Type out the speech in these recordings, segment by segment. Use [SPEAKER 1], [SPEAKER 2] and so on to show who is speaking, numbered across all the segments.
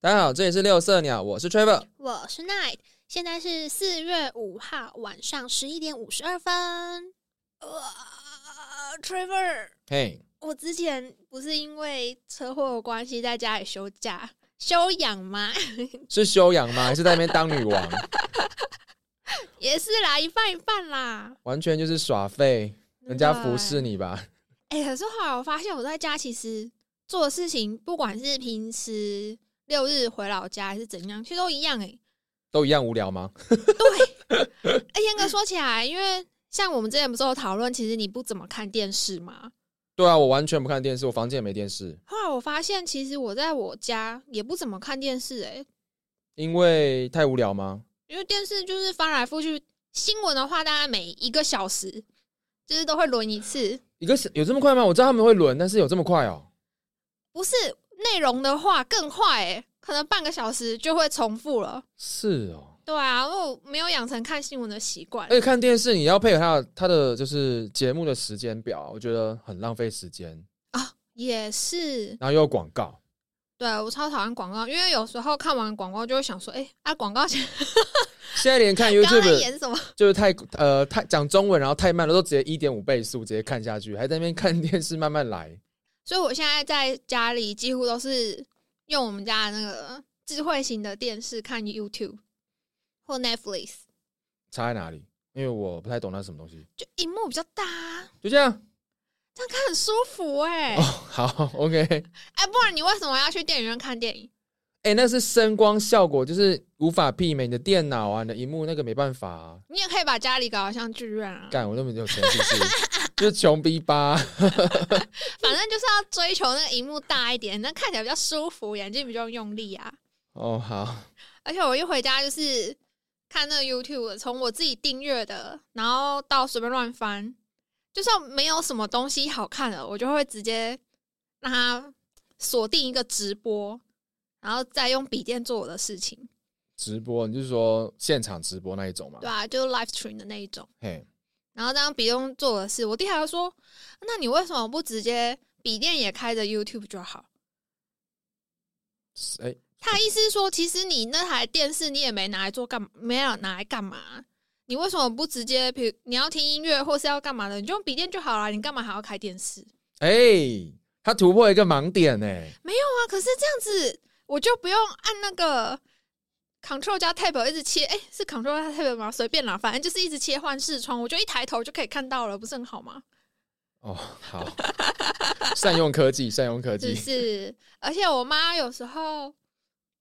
[SPEAKER 1] 大家好，这里是六色鸟，我是 Trevor。
[SPEAKER 2] 我是 Night，现在是四月五号晚上十一点五十二分。呃，Trevor，
[SPEAKER 1] 嘿、
[SPEAKER 2] 我之前不是因为车祸的关系在家里休假休养吗？
[SPEAKER 1] 是修养吗？还是在那边当女王？
[SPEAKER 2] 也是啦，一半一半啦。
[SPEAKER 1] 完全就是耍废，人家服侍
[SPEAKER 2] 你。
[SPEAKER 1] 你吧。
[SPEAKER 2] 哎、可是后来我发现我在家其实做的事情，不管是平时六日回老家还是怎样，其实都一样哎、
[SPEAKER 1] 都一样无聊吗？
[SPEAKER 2] 哎、严格说起来，因为像我们之前不是有讨论，其实你不怎么看电视吗？
[SPEAKER 1] 对啊，我完全不看电视，我房间也没电视，
[SPEAKER 2] 后来我发现，其实我在我家也不怎么看电视、欸，
[SPEAKER 1] 因为太无聊吗？
[SPEAKER 2] 因为电视就是翻来覆去，新闻的话大概每一个小时就是都会轮一次。
[SPEAKER 1] 一个是有这么快吗？我知道他们会轮，但是有这么快哦、
[SPEAKER 2] 不是内容的话更快、欸，可能半个小时就会重复了。
[SPEAKER 1] 是哦、
[SPEAKER 2] 对啊，因为我没有养成看新闻的习惯
[SPEAKER 1] 而。且看电视你要配合他的他的就是节目的时间表，我觉得很浪费时间，
[SPEAKER 2] 也是，
[SPEAKER 1] 然后又有广告，
[SPEAKER 2] 对我超讨厌广告，因为有时候看完广告就会想说，哎、啊，广告前
[SPEAKER 1] 现在连看
[SPEAKER 2] 刚刚在
[SPEAKER 1] YouTube
[SPEAKER 2] 演什么？
[SPEAKER 1] 就是太呃太讲中文，然后太慢了，都直接一点五倍速直接看下去，还在那边看电视慢慢来。
[SPEAKER 2] 所以我现在在家里几乎都是用我们家的那个智慧型的电视看 YouTube 或 Netflix，
[SPEAKER 1] 差在哪里？因为我不太懂那是什么东西。
[SPEAKER 2] 就荧幕比较大啊，
[SPEAKER 1] 就这样
[SPEAKER 2] 这样看很舒服哎、
[SPEAKER 1] 哦，好，OK。哎、
[SPEAKER 2] 哎、不然你为什么要去电影院看电影？
[SPEAKER 1] 那是声光效果，就是无法媲美你的电脑啊，你的荧幕那个没办法、啊。
[SPEAKER 2] 你也可以把家里搞得像剧院啊，
[SPEAKER 1] 干，我那么有钱是不是？就是穷逼吧。
[SPEAKER 2] 反正就是要追求那个荧幕大一点，那看起来比较舒服，眼睛比较用力啊。
[SPEAKER 1] 哦，好，
[SPEAKER 2] 而且我一回家就是看那个 YouTube，从我自己订阅的，然后到随便乱翻，就算没有什么东西好看的，我就会直接让它锁定一个直播，然后再用笔电做我的事情，
[SPEAKER 1] 直播，你就是说现场直播那一种嘛？
[SPEAKER 2] 对啊吧、就是 live stream 的那一种，
[SPEAKER 1] 嘿，
[SPEAKER 2] 然后再用笔电做我的事。我弟还会说：“那你为什么不直接笔电也开着 YouTube 就好
[SPEAKER 1] 哎、？”
[SPEAKER 2] 他的意思是说，其实你那台电视你也没拿来做干嘛，没有拿来干嘛？啊你为什么不直接，比如你要听音乐或是要干嘛的，你就用笔电就好了，你干嘛还要开电视？对
[SPEAKER 1] 哎、他突破一个盲点呢、
[SPEAKER 2] 啊，可是这样子我就不用按那个 Control 加 Tab 一直切，哎、是 Control 加 Tab 吗？随便啦，反正就是一直切换视窗，我就一抬头就可以看到了，不是很好吗？
[SPEAKER 1] 哦， 好，善用科技，善用科
[SPEAKER 2] 就
[SPEAKER 1] 技。
[SPEAKER 2] 是，而且我妈有时候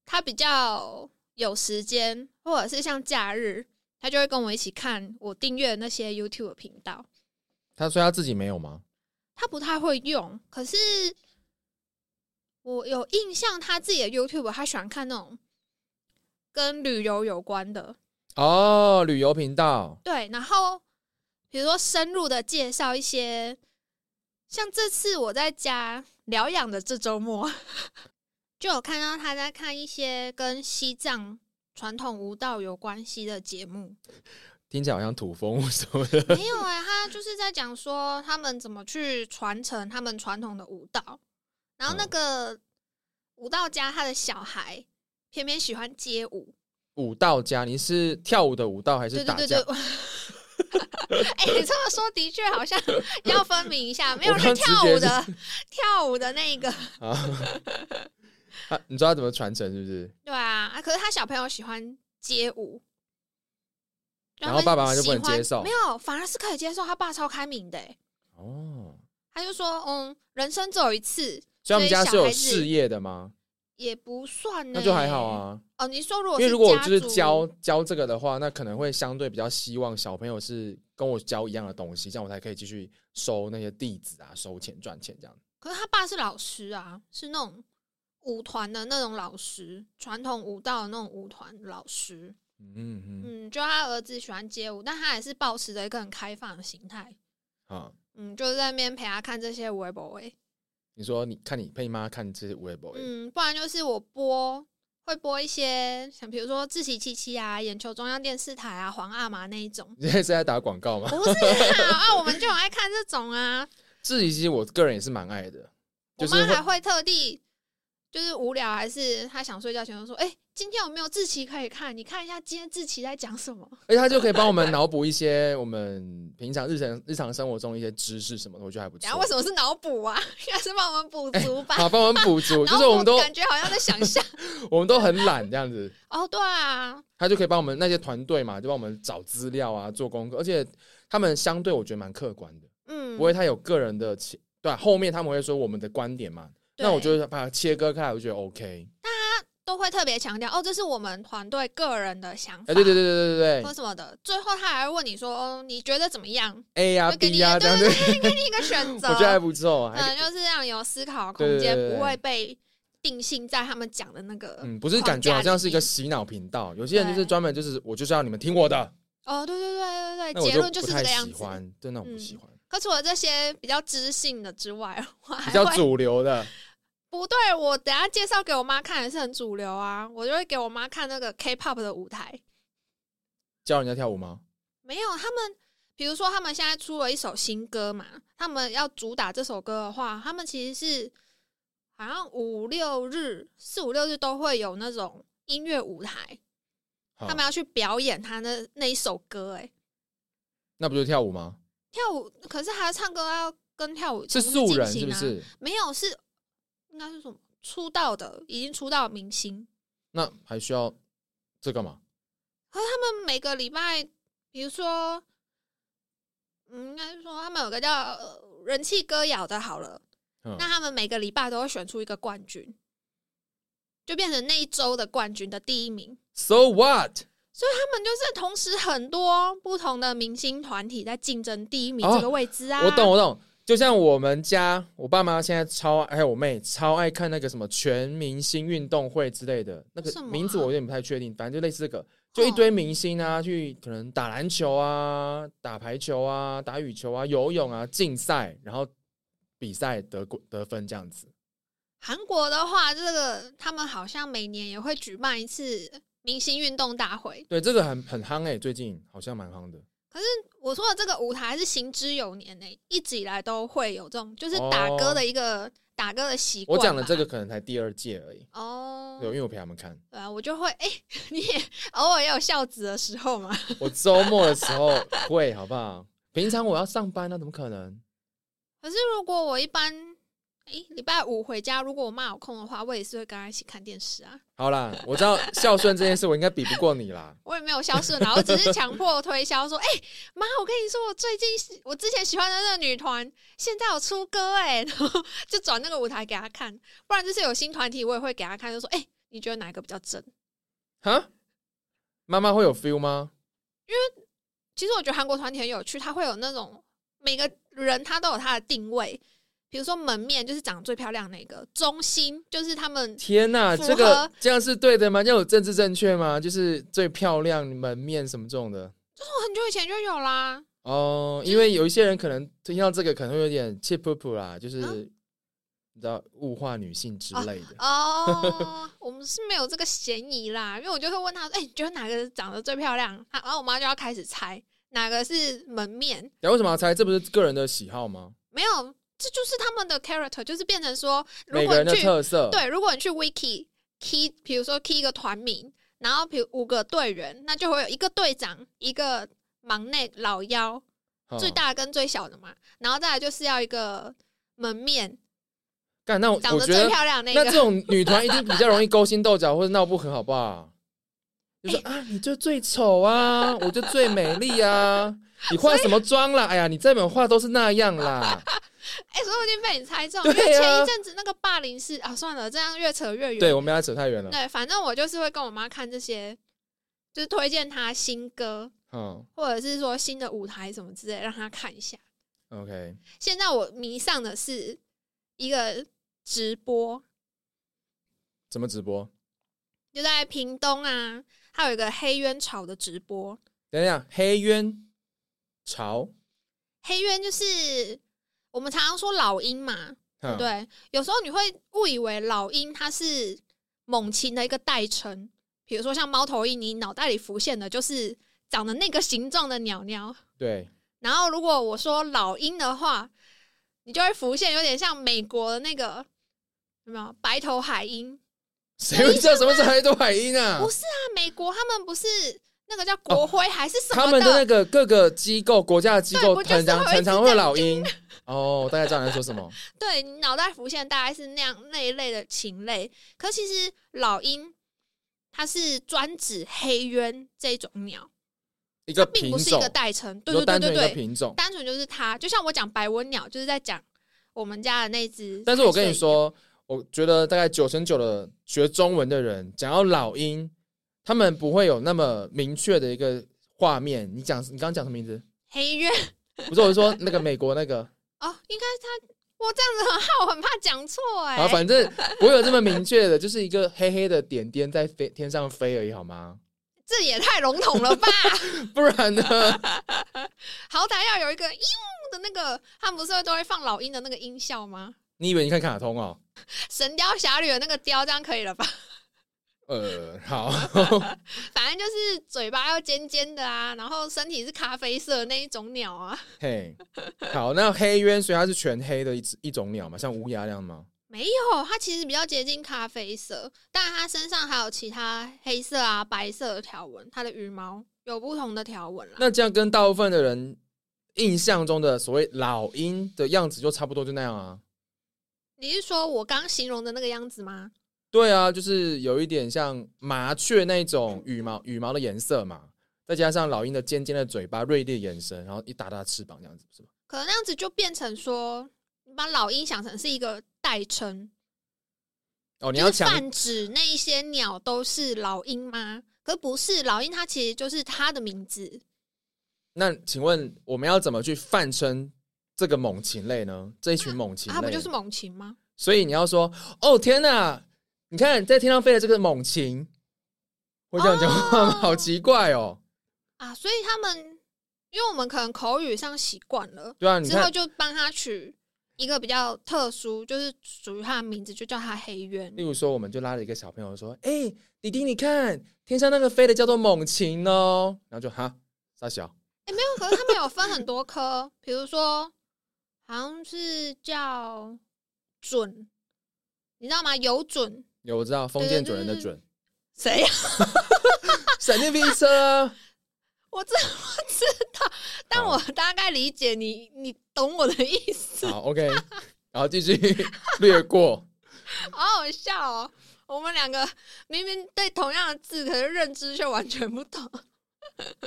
[SPEAKER 2] 她比较有时间，或者是像假日，她就会跟我一起看我订阅的那些 YouTube 频道。
[SPEAKER 1] 他说他自己没有吗？
[SPEAKER 2] 她不太会用，可是我有印象，她自己的 YouTube 她喜欢看那种跟旅游有关的，
[SPEAKER 1] 哦，旅游频道，
[SPEAKER 2] 对，然后比如说深入的介绍一些，像这次我在家疗养的这周末， 就有看到他在看一些跟西藏传统舞蹈有关系的节目。
[SPEAKER 1] 听起来好像土风 什么的。
[SPEAKER 2] 没有哎、他就是在讲说他们怎么去传承他们传统的舞蹈，然后那
[SPEAKER 1] 哦
[SPEAKER 2] 个舞蹈家他的小孩偏偏喜欢街舞，
[SPEAKER 1] 舞道家，你是跳舞的舞道还是
[SPEAKER 2] 对
[SPEAKER 1] 打
[SPEAKER 2] 对
[SPEAKER 1] 架？
[SPEAKER 2] 对对。 哎、你这么说的确 好像要分明一下，没有
[SPEAKER 1] 我
[SPEAKER 2] 是
[SPEAKER 1] 刚
[SPEAKER 2] 跳
[SPEAKER 1] 直觉
[SPEAKER 2] 舞的，跳舞的那一个，
[SPEAKER 1] 啊， 啊你知道他怎么传承是不是？
[SPEAKER 2] 对啊啊可是他小朋友喜欢街舞，
[SPEAKER 1] 然后爸爸妈妈就不能
[SPEAKER 2] 喜欢
[SPEAKER 1] 接受
[SPEAKER 2] 没有，反而是可以接受。他爸超开明的欸、
[SPEAKER 1] 哦，
[SPEAKER 2] 他就说，嗯，人生只有一次，
[SPEAKER 1] 所以他们家是
[SPEAKER 2] 所以小
[SPEAKER 1] 有
[SPEAKER 2] 孩子
[SPEAKER 1] 事业的吗？
[SPEAKER 2] 也不算、欸，
[SPEAKER 1] 那就还好。啊，
[SPEAKER 2] 哦，你说如果
[SPEAKER 1] 因为如果我
[SPEAKER 2] 家
[SPEAKER 1] 就是
[SPEAKER 2] 族
[SPEAKER 1] 教教这个的话，那可能会相对比较希望小朋友是跟我教一样的东西，这样我才可以继续收那些弟子啊，收钱赚钱这样。
[SPEAKER 2] 可是他爸是老师啊，是那种舞团的那种老师，传统舞蹈的那种舞团老师。
[SPEAKER 1] 嗯嗯
[SPEAKER 2] 嗯，就他儿子喜欢街舞，但他也是保持着一个很开放的心态。
[SPEAKER 1] 啊，
[SPEAKER 2] 嗯，就在那边陪他看这些微博微。
[SPEAKER 1] 你说你看你配妈看这些微博，。
[SPEAKER 2] 嗯，不然就是我播会播一些，像比如说自习七七啊、眼球中央电视台啊、皇阿玛那一种
[SPEAKER 1] 你现在是在打广告吗？
[SPEAKER 2] 不是啊，啊，我们就很爱看这种啊。
[SPEAKER 1] 自己其实我个人也是蛮爱的，
[SPEAKER 2] 我
[SPEAKER 1] 就是
[SPEAKER 2] 妈
[SPEAKER 1] 会
[SPEAKER 2] 还会特地，就是无聊还是他想睡觉前就说：“哎、今天有没有志奇可以看？你看一下今天志奇在讲什么。
[SPEAKER 1] 而且哎他就可以帮我们脑补一些我们平常日常日常生活中一些知识什么的，我觉得还不”错哎
[SPEAKER 2] 然后。为什么是脑补啊？ 应该是帮我们补足吧。
[SPEAKER 1] 好，帮我们补足，
[SPEAKER 2] 然
[SPEAKER 1] 就
[SPEAKER 2] 后
[SPEAKER 1] 是我们都
[SPEAKER 2] 感觉好像在想象。
[SPEAKER 1] 我们都很懒这样子，
[SPEAKER 2] 哦，对啊，
[SPEAKER 1] 他就可以帮我们那些团队嘛，就帮我们找资料啊，做功课，而且他们相对我觉得蛮客观的，
[SPEAKER 2] 嗯，
[SPEAKER 1] 不会太有个人的情，对、啊，后面他们会说我们的观点嘛，那我
[SPEAKER 2] 对
[SPEAKER 1] 就把它切割开来，我觉得 OK，
[SPEAKER 2] 都会特别强调哦，这是我们团队个人的想法，
[SPEAKER 1] 哎、对对对对对对
[SPEAKER 2] 或什么的。最后他还会问你说：“哦，你觉得怎么样
[SPEAKER 1] ，A 呀、
[SPEAKER 2] 会给
[SPEAKER 1] B
[SPEAKER 2] 你
[SPEAKER 1] 呀、这 样子，
[SPEAKER 2] 给你一 个选择。
[SPEAKER 1] 我觉得还不错，还可以
[SPEAKER 2] 嗯，就是让你有思考空
[SPEAKER 1] 对对
[SPEAKER 2] 间，
[SPEAKER 1] 对对
[SPEAKER 2] 不会被定性在他们讲的那个。
[SPEAKER 1] 嗯，不是感觉好像是一个洗脑频道，有些人就是
[SPEAKER 2] 对
[SPEAKER 1] 专门就是我就是要你们听我的，
[SPEAKER 2] 哦，对对对对
[SPEAKER 1] 那
[SPEAKER 2] 对，
[SPEAKER 1] 我
[SPEAKER 2] 结论
[SPEAKER 1] 就不
[SPEAKER 2] 是
[SPEAKER 1] 太
[SPEAKER 2] 这个样
[SPEAKER 1] 喜
[SPEAKER 2] 子。嗯
[SPEAKER 1] 欢，真的我不喜欢，
[SPEAKER 2] 可除了这些比较知性的之外，我
[SPEAKER 1] 比
[SPEAKER 2] 还
[SPEAKER 1] 较
[SPEAKER 2] 会
[SPEAKER 1] 主流的，
[SPEAKER 2] 不对，我等一下介绍给我妈看也是很主流啊，我就会给我妈看那个 K-pop 的舞台。
[SPEAKER 1] 教人家跳舞 吗？
[SPEAKER 2] 没有，他们比如说他们现在出了一首新歌嘛，他们要主打这首歌的话，他们其实是好像五六日、四五六日都会有那种音乐舞台，
[SPEAKER 1] 好
[SPEAKER 2] 他
[SPEAKER 1] 哦
[SPEAKER 2] 们要去表演他那那一首歌、欸。哎，
[SPEAKER 1] 那不就跳舞吗？
[SPEAKER 2] 跳舞可是还要唱歌，要跟跳舞
[SPEAKER 1] 是
[SPEAKER 2] 同时
[SPEAKER 1] 素
[SPEAKER 2] 进
[SPEAKER 1] 人
[SPEAKER 2] 行
[SPEAKER 1] 是不
[SPEAKER 2] 啊？
[SPEAKER 1] 是？
[SPEAKER 2] 没有，是应该是什么出道的，已经出道的明星，
[SPEAKER 1] 那还需要这干嘛？
[SPEAKER 2] 他们每个礼拜，比如说，嗯，应该是说他们有个叫、呃人气歌谣的，好了，
[SPEAKER 1] 嗯
[SPEAKER 2] 那他们每个礼拜都会选出一个冠军，就变成那一周的冠军的第一名。
[SPEAKER 1] ，So what？
[SPEAKER 2] 他们就是同时很多不同的明星团体在竞争第一名
[SPEAKER 1] 哦
[SPEAKER 2] 这个位置啊。
[SPEAKER 1] 我懂，我懂。就像我们家，我爸妈现在超爱还有我妹超爱看那个什么全明星运动会之类的，那
[SPEAKER 2] 什
[SPEAKER 1] 个
[SPEAKER 2] 么啊
[SPEAKER 1] 名字我有点不太确定，反正就类似这个，就一
[SPEAKER 2] 哦
[SPEAKER 1] 堆明星啊，去可能打篮球啊、打排球啊、打羽球啊、游泳啊竞赛，然后比赛得过得分这样子。
[SPEAKER 2] 韩国的话，这个他们好像每年也会举办一次明星运动大会。
[SPEAKER 1] 对，这个很很夯哎、最近好像蛮夯的。
[SPEAKER 2] 我说的这个舞台是行之有年呢、欸一直以来都会有这种，就是
[SPEAKER 1] 哦
[SPEAKER 2] 打歌的一个、打歌的习
[SPEAKER 1] 我
[SPEAKER 2] 惯吧。
[SPEAKER 1] 讲的这个可能才第二届而已，
[SPEAKER 2] 哦，
[SPEAKER 1] 对，因为我陪他们看。
[SPEAKER 2] 对啊，我就会哎、你也偶尔也有孝子的时候嘛。
[SPEAKER 1] 我周末的时 候会，好不好？平常我要上班啊那怎么可能？
[SPEAKER 2] 可是如果我一般哎礼、拜五回家，如果我妈有空的话，我也是会跟她一起看电视啊。
[SPEAKER 1] 好啦，我知道孝顺这件事，我应该比不过你啦。
[SPEAKER 2] 我也没有消失，然后只是强迫推销说：“哎、 妈，我跟你说，我最近喜我之前喜欢的那个女团，现在有出歌哎、 然后就转那个舞台给她看，不然就是有新团体，我也会给她看，就说：哎、你觉得哪一个比较正？
[SPEAKER 1] 哈，妈妈会有 feel 吗？
[SPEAKER 2] 其实我觉得韩国团体很有趣，它会有那种每个人他都有他的定位，比如说门面就是长得最漂亮那个，中心就是他们
[SPEAKER 1] 天哪、
[SPEAKER 2] 符合
[SPEAKER 1] 这个这样是对的吗？这样有政治正确吗？就是最漂亮门面什么这种的
[SPEAKER 2] 我哦很久以前就有啦，
[SPEAKER 1] 哦。因为有一些人可能听到这个，可能会有点气噗噗啦，就是、
[SPEAKER 2] 啊
[SPEAKER 1] 你知道物化女性之类的。
[SPEAKER 2] 哦，我们是没有这个嫌疑啦，因为我就会问他说：“哎、你觉得哪个长得最漂亮？”他然后我妈就要开始猜哪个是门面，
[SPEAKER 1] 然后为什么要猜？这不是个人的喜好吗？
[SPEAKER 2] 没有，这就是他们的 character，就是变成说，如
[SPEAKER 1] 每
[SPEAKER 2] 果
[SPEAKER 1] 个人
[SPEAKER 2] 你
[SPEAKER 1] 的
[SPEAKER 2] 去
[SPEAKER 1] 特色。
[SPEAKER 2] 对，如果你去 wiki key，比如说 key 一个团名，然后比如五个队员，那就会有一个队长，一个忙内老幺，
[SPEAKER 1] 嗯
[SPEAKER 2] 最大跟最小的嘛，然后再来就是要一个门面，
[SPEAKER 1] 干那我
[SPEAKER 2] 长
[SPEAKER 1] 我
[SPEAKER 2] 得
[SPEAKER 1] 觉
[SPEAKER 2] 最
[SPEAKER 1] 得
[SPEAKER 2] 漂亮那
[SPEAKER 1] 那
[SPEAKER 2] 个
[SPEAKER 1] 这。种女团一定比较容易勾心斗角或者闹不和，好不好？就说啊，你就最丑啊，我就最美丽啊，你化什么妆啦？哎呀，你这本画都是那样啦。
[SPEAKER 2] 哎、所以我已经被你猜中，
[SPEAKER 1] 对
[SPEAKER 2] 因为前
[SPEAKER 1] 啊
[SPEAKER 2] 一阵子那个霸凌是啊，算了，这样越扯越远。
[SPEAKER 1] 对，我们要扯太远了。
[SPEAKER 2] 对，反正我就是会跟我妈看这些，就是推荐她新歌，
[SPEAKER 1] 嗯
[SPEAKER 2] 或者是说新的舞台什么之类，让她看一下。
[SPEAKER 1] ，OK，
[SPEAKER 2] 现在我迷上的是一个直播，
[SPEAKER 1] 怎么直播？
[SPEAKER 2] 就在屏东啊，它有一个黑鸢草的直播。
[SPEAKER 1] 等一下，黑鸢潮，
[SPEAKER 2] 黑鸢就是我们常常说老鹰嘛，
[SPEAKER 1] 嗯，
[SPEAKER 2] 对，有时候你会误以为老鹰它是猛禽的一个代称，比如说像猫头鹰，你脑袋里浮现的就是长得那个形状的鸟鸟。
[SPEAKER 1] 对，
[SPEAKER 2] 然后如果我说老鹰的话，你就会浮现有点像美国的那个有没有白头海鹰？
[SPEAKER 1] 谁会知道什么是海都海鹰啊
[SPEAKER 2] 不？是啊，美国他们不是那个叫国徽还是什
[SPEAKER 1] 哦他
[SPEAKER 2] 么
[SPEAKER 1] 们的那个各个机构、国家的机
[SPEAKER 2] 对
[SPEAKER 1] 构，
[SPEAKER 2] 不就是
[SPEAKER 1] 常常
[SPEAKER 2] 会有
[SPEAKER 1] 常
[SPEAKER 2] 一只
[SPEAKER 1] 常会有老鹰。哦，我大概知道你在说什么。
[SPEAKER 2] 对你脑袋浮现大概是那样那一类的禽类，可其实老鹰它是专指黑鸢这一种鸟，
[SPEAKER 1] 一个
[SPEAKER 2] 并
[SPEAKER 1] 品
[SPEAKER 2] 不是一
[SPEAKER 1] 种
[SPEAKER 2] 个，代称。对
[SPEAKER 1] 就
[SPEAKER 2] 对对
[SPEAKER 1] 单纯
[SPEAKER 2] 对
[SPEAKER 1] 一个
[SPEAKER 2] 对，
[SPEAKER 1] 品种。
[SPEAKER 2] 单纯就是它，就像我讲白文鸟，就是在讲我们家的那只。
[SPEAKER 1] 但是我跟你，说，我觉得大概九成九的学中文的人讲到老鹰，他们不会有那么明确的一个画面。你讲，你刚刚讲什么名字？
[SPEAKER 2] 黑鸢
[SPEAKER 1] 不是，我是说那个美国那个，
[SPEAKER 2] 哦，应该是它。我这样子很怕，我很怕讲错 哎、
[SPEAKER 1] 然后反正不会有这么明确的，就是一个黑黑的点点在飞天上飞而已，好吗？
[SPEAKER 2] 这也太笼统了吧？
[SPEAKER 1] 不然呢？
[SPEAKER 2] 好歹要有一个“呦”的那个，他们不是会都会放老鹰的那个音效吗？
[SPEAKER 1] 你以为你看卡通哦？
[SPEAKER 2] 《神雕侠侣》的那个雕，这样可以了吧？
[SPEAKER 1] 呃，好，
[SPEAKER 2] 反正就是嘴巴要尖尖的啊，然后身体是咖啡色的那一种鸟啊，
[SPEAKER 1] 嘿，好，那黑鸢所以它是全黑的一只一种鸟嘛，像乌鸦那样吗？
[SPEAKER 2] 没有，它其实比较接近咖啡色，但它身上还有其他黑色啊、白色的条纹，它的羽毛有不同的条纹啦。
[SPEAKER 1] 那这样跟大部分的人印象中的所谓老鹰的样子就差不多，就那样啊。
[SPEAKER 2] 你是说我刚形容的那个样子吗？
[SPEAKER 1] 对啊，就是有一点像麻雀那种羽毛羽毛的颜色嘛，再加上老鹰的尖尖的嘴巴、锐利的眼神，然后一打打翅膀这样子，是吧？
[SPEAKER 2] 可能那样子就变成说，你把老鹰想成是一个代称，
[SPEAKER 1] 哦，你
[SPEAKER 2] 就
[SPEAKER 1] 要
[SPEAKER 2] 是
[SPEAKER 1] 强
[SPEAKER 2] 泛指那一些鸟都是老鹰吗？可不是，老鹰它其实就是它的名字。
[SPEAKER 1] 那请问我们要怎么去泛称这个猛禽类呢？这一群猛禽
[SPEAKER 2] 啊
[SPEAKER 1] 类，
[SPEAKER 2] 它不就是猛禽吗？
[SPEAKER 1] 所以你要说，哦天哪，你看在天上飞的这个猛禽，会这样讲话吗？
[SPEAKER 2] 哦
[SPEAKER 1] 好奇怪哦。
[SPEAKER 2] 啊，所以他们，因为我们可能口语上习惯了，
[SPEAKER 1] 对啊，你
[SPEAKER 2] 之后
[SPEAKER 1] 看，
[SPEAKER 2] 就帮他取一个比较特殊，就是属于他的名字，就叫他黑鸢
[SPEAKER 1] 例。如说，我们就拉了一个小朋友说，哎、弟弟，你看天上那个飞的叫做猛禽哦，然后就哈傻小，
[SPEAKER 2] 没有，可是他们有分很多科，比如说好像是叫准，你知道吗？有准
[SPEAKER 1] 有我知道，封建主人的准，
[SPEAKER 2] 谁呀？
[SPEAKER 1] 闪电飞车啊，
[SPEAKER 2] 我真不知道，但
[SPEAKER 1] 好
[SPEAKER 2] 我大概理解你，你懂我的意思，
[SPEAKER 1] 好 OK，然后继 续略过。
[SPEAKER 2] 好好笑哦。我们两个明明对同样的字，可是认知却完全不同。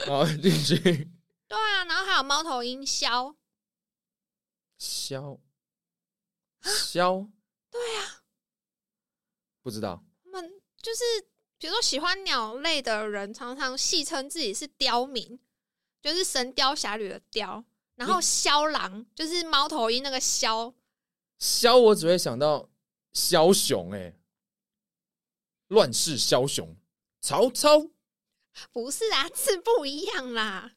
[SPEAKER 1] 然后继续
[SPEAKER 2] 对啊，然后还有猫头鹰鸮，
[SPEAKER 1] 消消，
[SPEAKER 2] 对啊
[SPEAKER 1] 呀、不知道
[SPEAKER 2] 他们就是比如说喜欢鸟类的人，常常戏称自己是刁民，就是《神雕侠侣》的刁，然后骁狼就是猫头鹰那个骁，
[SPEAKER 1] 枭，我只会想到枭雄、哎，乱世枭雄，曹操，
[SPEAKER 2] 不是啊，字不一样啦。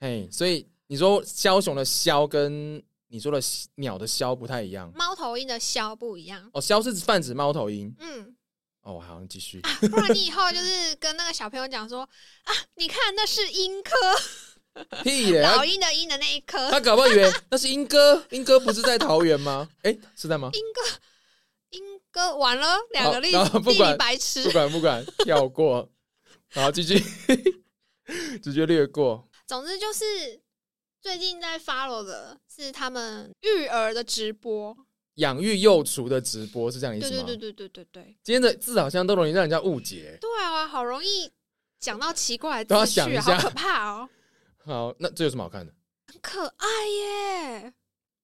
[SPEAKER 1] 嘿，所以你说枭雄的枭跟你说的鸟的枭不太一样
[SPEAKER 2] 猫头鹰的骁不一样，
[SPEAKER 1] 哦，枭是泛指猫头鹰
[SPEAKER 2] 嗯，
[SPEAKER 1] 哦，好，你继续，
[SPEAKER 2] 不然你以后就是跟那个小朋友讲说啊，你看那是 鹰科，
[SPEAKER 1] 屁 耶、
[SPEAKER 2] 老
[SPEAKER 1] 他
[SPEAKER 2] 鹰的鹰的那一颗，
[SPEAKER 1] 他搞不好以为那是鹰哥， 鹰哥不是在桃园吗？ 哎、是在吗？
[SPEAKER 2] 鹰哥，鹰哥，完了两
[SPEAKER 1] 好
[SPEAKER 2] 个例
[SPEAKER 1] 然后
[SPEAKER 2] 子，
[SPEAKER 1] 不
[SPEAKER 2] 地
[SPEAKER 1] 管
[SPEAKER 2] 理白
[SPEAKER 1] 不
[SPEAKER 2] 痴。
[SPEAKER 1] 管不管，跳 过，好，继续， 直接略过。
[SPEAKER 2] 总之就是最近在 follow 的是他们育儿的直播，
[SPEAKER 1] 养育幼雏的直播是这样的意
[SPEAKER 2] 对
[SPEAKER 1] 思
[SPEAKER 2] 对
[SPEAKER 1] 吗？
[SPEAKER 2] 对对对对对，
[SPEAKER 1] 今天的字好像都容易让人家误解。
[SPEAKER 2] 对啊，好容易讲到奇怪
[SPEAKER 1] 都要
[SPEAKER 2] 的字
[SPEAKER 1] 想
[SPEAKER 2] 句，
[SPEAKER 1] 一
[SPEAKER 2] 好
[SPEAKER 1] 下
[SPEAKER 2] 可怕哦，
[SPEAKER 1] 好，那这有什么好看的？
[SPEAKER 2] 很可爱耶，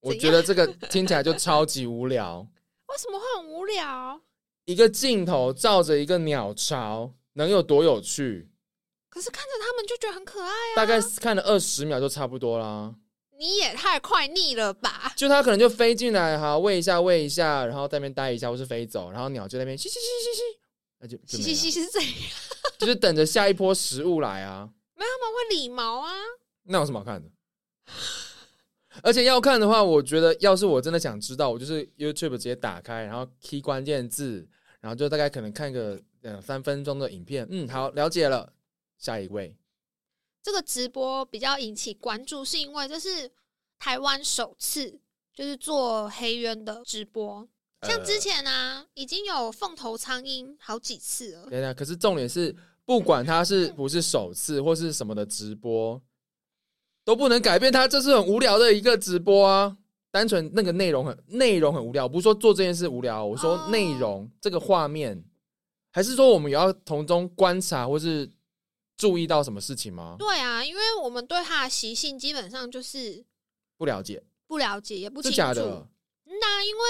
[SPEAKER 1] 我
[SPEAKER 2] 怎
[SPEAKER 1] 觉得这个听起来就超级无聊。
[SPEAKER 2] 为什么会很无聊？
[SPEAKER 1] 一个镜头照着一个鸟巢，能有多有趣？
[SPEAKER 2] 可是看着他们就觉得很可爱啊，
[SPEAKER 1] 大概看了二十秒就差不多啦。
[SPEAKER 2] 你也太快腻了吧？
[SPEAKER 1] 就它可能就飞进来，哈，喂一下，喂一下，然后在那边待一下，或是飞走，然后鸟就在那边嘻嘻嘻嘻嘻，那就就
[SPEAKER 2] 嘻
[SPEAKER 1] 没
[SPEAKER 2] 嘻
[SPEAKER 1] 了
[SPEAKER 2] 嘻是怎样？
[SPEAKER 1] 就是等着下一波食物来啊。
[SPEAKER 2] 没有，他们会理毛啊，
[SPEAKER 1] 那有什么好看的？ 而且要看的话，我觉得要是我真的想知道，我就是 YouTube 直接打开，然后 key 关键字，然后就大概可能看个两三分钟的影片。嗯，好，了解了。下一位，
[SPEAKER 2] 这个直播比较引起关注，是因为这是台湾首次就是做黑鸢的直播，
[SPEAKER 1] 呃
[SPEAKER 2] 像之前啊，已经有凤头苍蝇好几次了。
[SPEAKER 1] 对啊，可是重点是，不管他是不是首次或是什么的直播，都不能改变他这是很无聊的一个直播啊。单纯那个内容很内容很无聊，不是说做这件事无聊，我说
[SPEAKER 2] 哦
[SPEAKER 1] 内容、这个画面，还是说我们也要从中观察或是注意到什么事情吗？
[SPEAKER 2] 对啊，因为我们对它的习性基本上就是
[SPEAKER 1] 不了解，
[SPEAKER 2] 不了解，也不
[SPEAKER 1] 是
[SPEAKER 2] 清
[SPEAKER 1] 假
[SPEAKER 2] 楚
[SPEAKER 1] 的。，
[SPEAKER 2] 那因为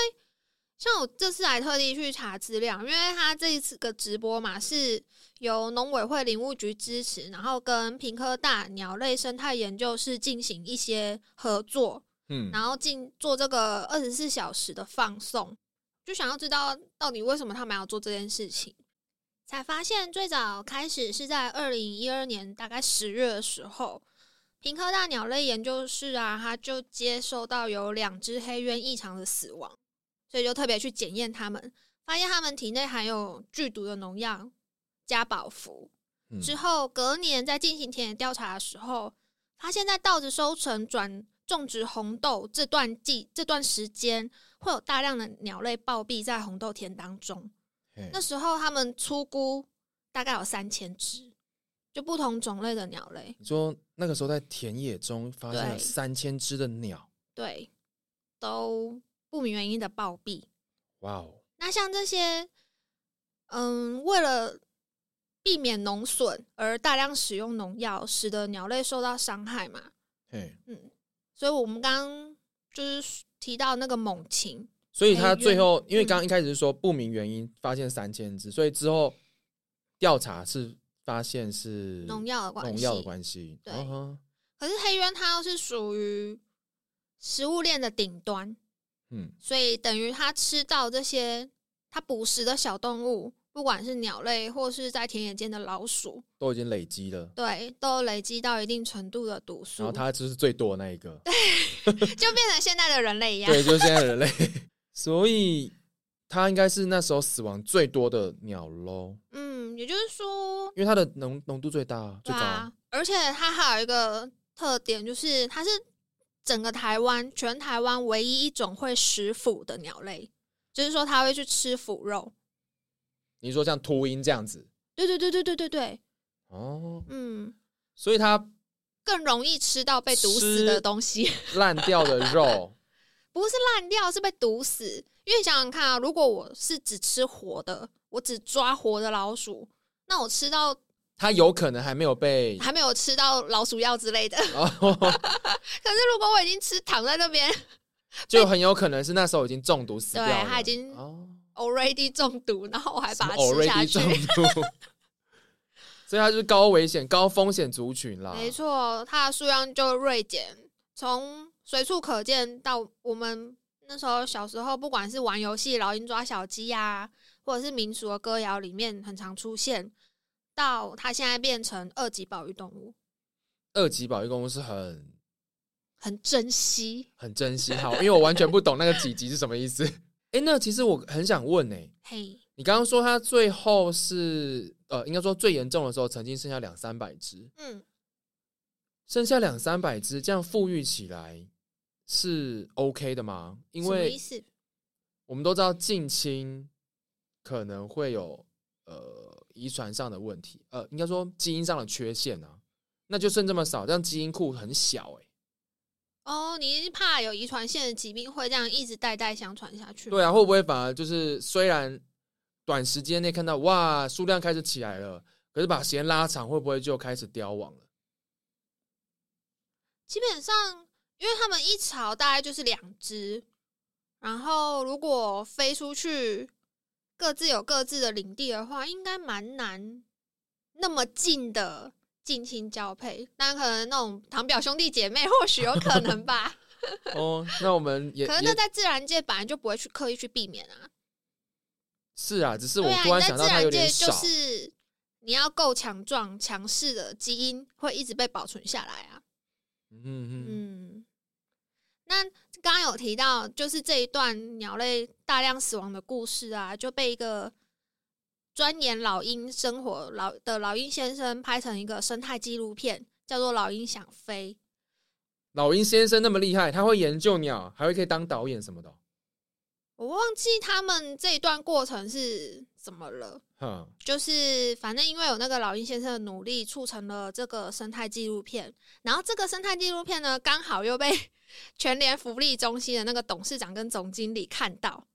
[SPEAKER 2] 像我这次还特地去查资料，因为他这一次个直播嘛，是由农委会林务局支持，然后跟屏科大鸟类生态研究室进行一些合作，
[SPEAKER 1] 嗯，
[SPEAKER 2] 然后进做这个二十四小时的放送，就想要知道到底为什么他们要做这件事情。才发现最早开始是在二零一二年大概十月的时候，屏科大鸟类研究室啊，它就接收到有两只黑鸢异常的死亡，所以就特别去检验它们，发现它们体内含有剧毒的农药加宝福。
[SPEAKER 1] 嗯
[SPEAKER 2] 之后隔年在进行田野调查的时候，发现在稻子收成转种植红豆这段季这段时间，会有大量的鸟类暴毙在红豆田当中。
[SPEAKER 1] 嘿
[SPEAKER 2] 那时候他们粗估大概有三千只，就不同种类的鸟类。
[SPEAKER 1] 你说那个时候在田野中发现了
[SPEAKER 2] 对
[SPEAKER 1] 三千只的鸟，
[SPEAKER 2] 对，都不明原因的暴毙。
[SPEAKER 1] 哇哦，
[SPEAKER 2] 那像这些，嗯，为了避免农损而大量使用农药，使得鸟类受到伤害嘛。
[SPEAKER 1] 嘿，
[SPEAKER 2] 所以我们刚刚就是提到那个猛禽，
[SPEAKER 1] 所以他
[SPEAKER 2] 哎原
[SPEAKER 1] 最后，因为刚刚一开始是说不明原因发现三千只，所以之后调查是发现是
[SPEAKER 2] 农药的关系，
[SPEAKER 1] 农药的关系，
[SPEAKER 2] 对
[SPEAKER 1] 嗯哼
[SPEAKER 2] 可是黑鸢它又是属于食物链的顶端，
[SPEAKER 1] 嗯，
[SPEAKER 2] 所以等于它吃到这些它捕食的小动物，不管是鸟类或是在田野间的老鼠，
[SPEAKER 1] 都已经累积了。
[SPEAKER 2] 对，都累积到一定程度的毒
[SPEAKER 1] 然
[SPEAKER 2] 素
[SPEAKER 1] 后，他就是最多的那一个，
[SPEAKER 2] 就变成现在的人类一样。
[SPEAKER 1] 对，就是现在的人 类，所以他应该是那时候死亡最多的鸟喽，
[SPEAKER 2] 嗯，也就是说，
[SPEAKER 1] 因为它的浓浓度最大啊，最
[SPEAKER 2] 对
[SPEAKER 1] 高啊
[SPEAKER 2] 啊，，而且它还有一个特点，就是它是整个台湾全台湾唯一一种会食腐的鸟类，就是说它会去吃腐肉。
[SPEAKER 1] 你说像秃鹰这样子
[SPEAKER 2] 对对对对对对对，
[SPEAKER 1] 哦，
[SPEAKER 2] 嗯，
[SPEAKER 1] 所以它
[SPEAKER 2] 更容易吃到被毒死的
[SPEAKER 1] 吃
[SPEAKER 2] 东西，
[SPEAKER 1] 烂掉的肉，
[SPEAKER 2] 不是烂掉，是被毒死。因为你想想看啊，如果我是只吃活的，我只抓活的老鼠，那我吃到
[SPEAKER 1] 它有可能还没有被
[SPEAKER 2] 还没有吃到老鼠药之类的。
[SPEAKER 1] 哦，
[SPEAKER 2] 可是如果我已经吃躺在那边
[SPEAKER 1] 就很有可能是那时候已经中毒死掉了，
[SPEAKER 2] 哎对它已经
[SPEAKER 1] 哦，
[SPEAKER 2] already 中毒，然后我还
[SPEAKER 1] 什
[SPEAKER 2] 把
[SPEAKER 1] 么
[SPEAKER 2] 它吃下
[SPEAKER 1] already
[SPEAKER 2] 去，
[SPEAKER 1] 中毒， 所以它就是高危险、高风险族群啦。
[SPEAKER 2] 没错，它的数量就锐减，从随处可见到我们那时候小时候，不管是玩游戏老鹰抓小鸡呀、或者是民俗的歌谣里面很常出现，到它现在变成二级保育动物，
[SPEAKER 1] 二级保育公司很
[SPEAKER 2] 很珍惜。
[SPEAKER 1] 很珍惜，好，因为我完全不懂那个几级是什么意思。哎、那其实我很想问哎、
[SPEAKER 2] 嘿，
[SPEAKER 1] 你刚刚说它最后是呃，应该说最严重的时候，曾经剩下两三百只，
[SPEAKER 2] 嗯，
[SPEAKER 1] 剩下两三百只这样富裕起来是 OK 的吗？因
[SPEAKER 2] 什么
[SPEAKER 1] 为
[SPEAKER 2] 意思？
[SPEAKER 1] 我们都知道近亲可能会有呃遗传上的问题，呃，应该说基因上的缺陷啊，那就剩这么少，这样基因库很小哎、
[SPEAKER 2] 哦，你是怕有遗传性的疾病会这样一直代代相传下去？
[SPEAKER 1] 对啊，会不会反而就是虽然短时间内看到哇数量开始起来了，可是把时间拉长，会不会就开始凋亡了？
[SPEAKER 2] 基本上，因为他们一巢大概就是两只，然后如果飞出去，各自有各自的领地的话，应该蛮难那么近的近亲交配。那可能那种堂表兄弟姐妹，或许有可能吧。
[SPEAKER 1] 哦，那我们 也
[SPEAKER 2] 可能
[SPEAKER 1] 也
[SPEAKER 2] 那在自然界本来就不会去刻意去避免啊。
[SPEAKER 1] 是啊，只是我
[SPEAKER 2] 对啊，
[SPEAKER 1] 突然
[SPEAKER 2] 你在
[SPEAKER 1] 想到
[SPEAKER 2] 自
[SPEAKER 1] 它有
[SPEAKER 2] 然
[SPEAKER 1] 点
[SPEAKER 2] 界就
[SPEAKER 1] 少，
[SPEAKER 2] 是你要够强壮、强势的基因会一直被保存下来啊。
[SPEAKER 1] 嗯嗯，
[SPEAKER 2] 嗯，那刚刚有提到，就是这一段鸟类大量死亡的故事啊，就被一个钻研老鹰生活老的老鹰先生拍成一个生态纪录片，叫做《老鹰想飞》。
[SPEAKER 1] 老鹰先生那么厉害，他会研究鸟，还会可以当导演什么的哦。
[SPEAKER 2] 我忘记他们这一段过程是怎么了。
[SPEAKER 1] 哼，
[SPEAKER 2] 就是反正因为有那个老鹰先生的努力，促成了这个生态纪录片。然后这个生态纪录片呢，刚好又被 全联福利中心的那个董事长跟总经理看到，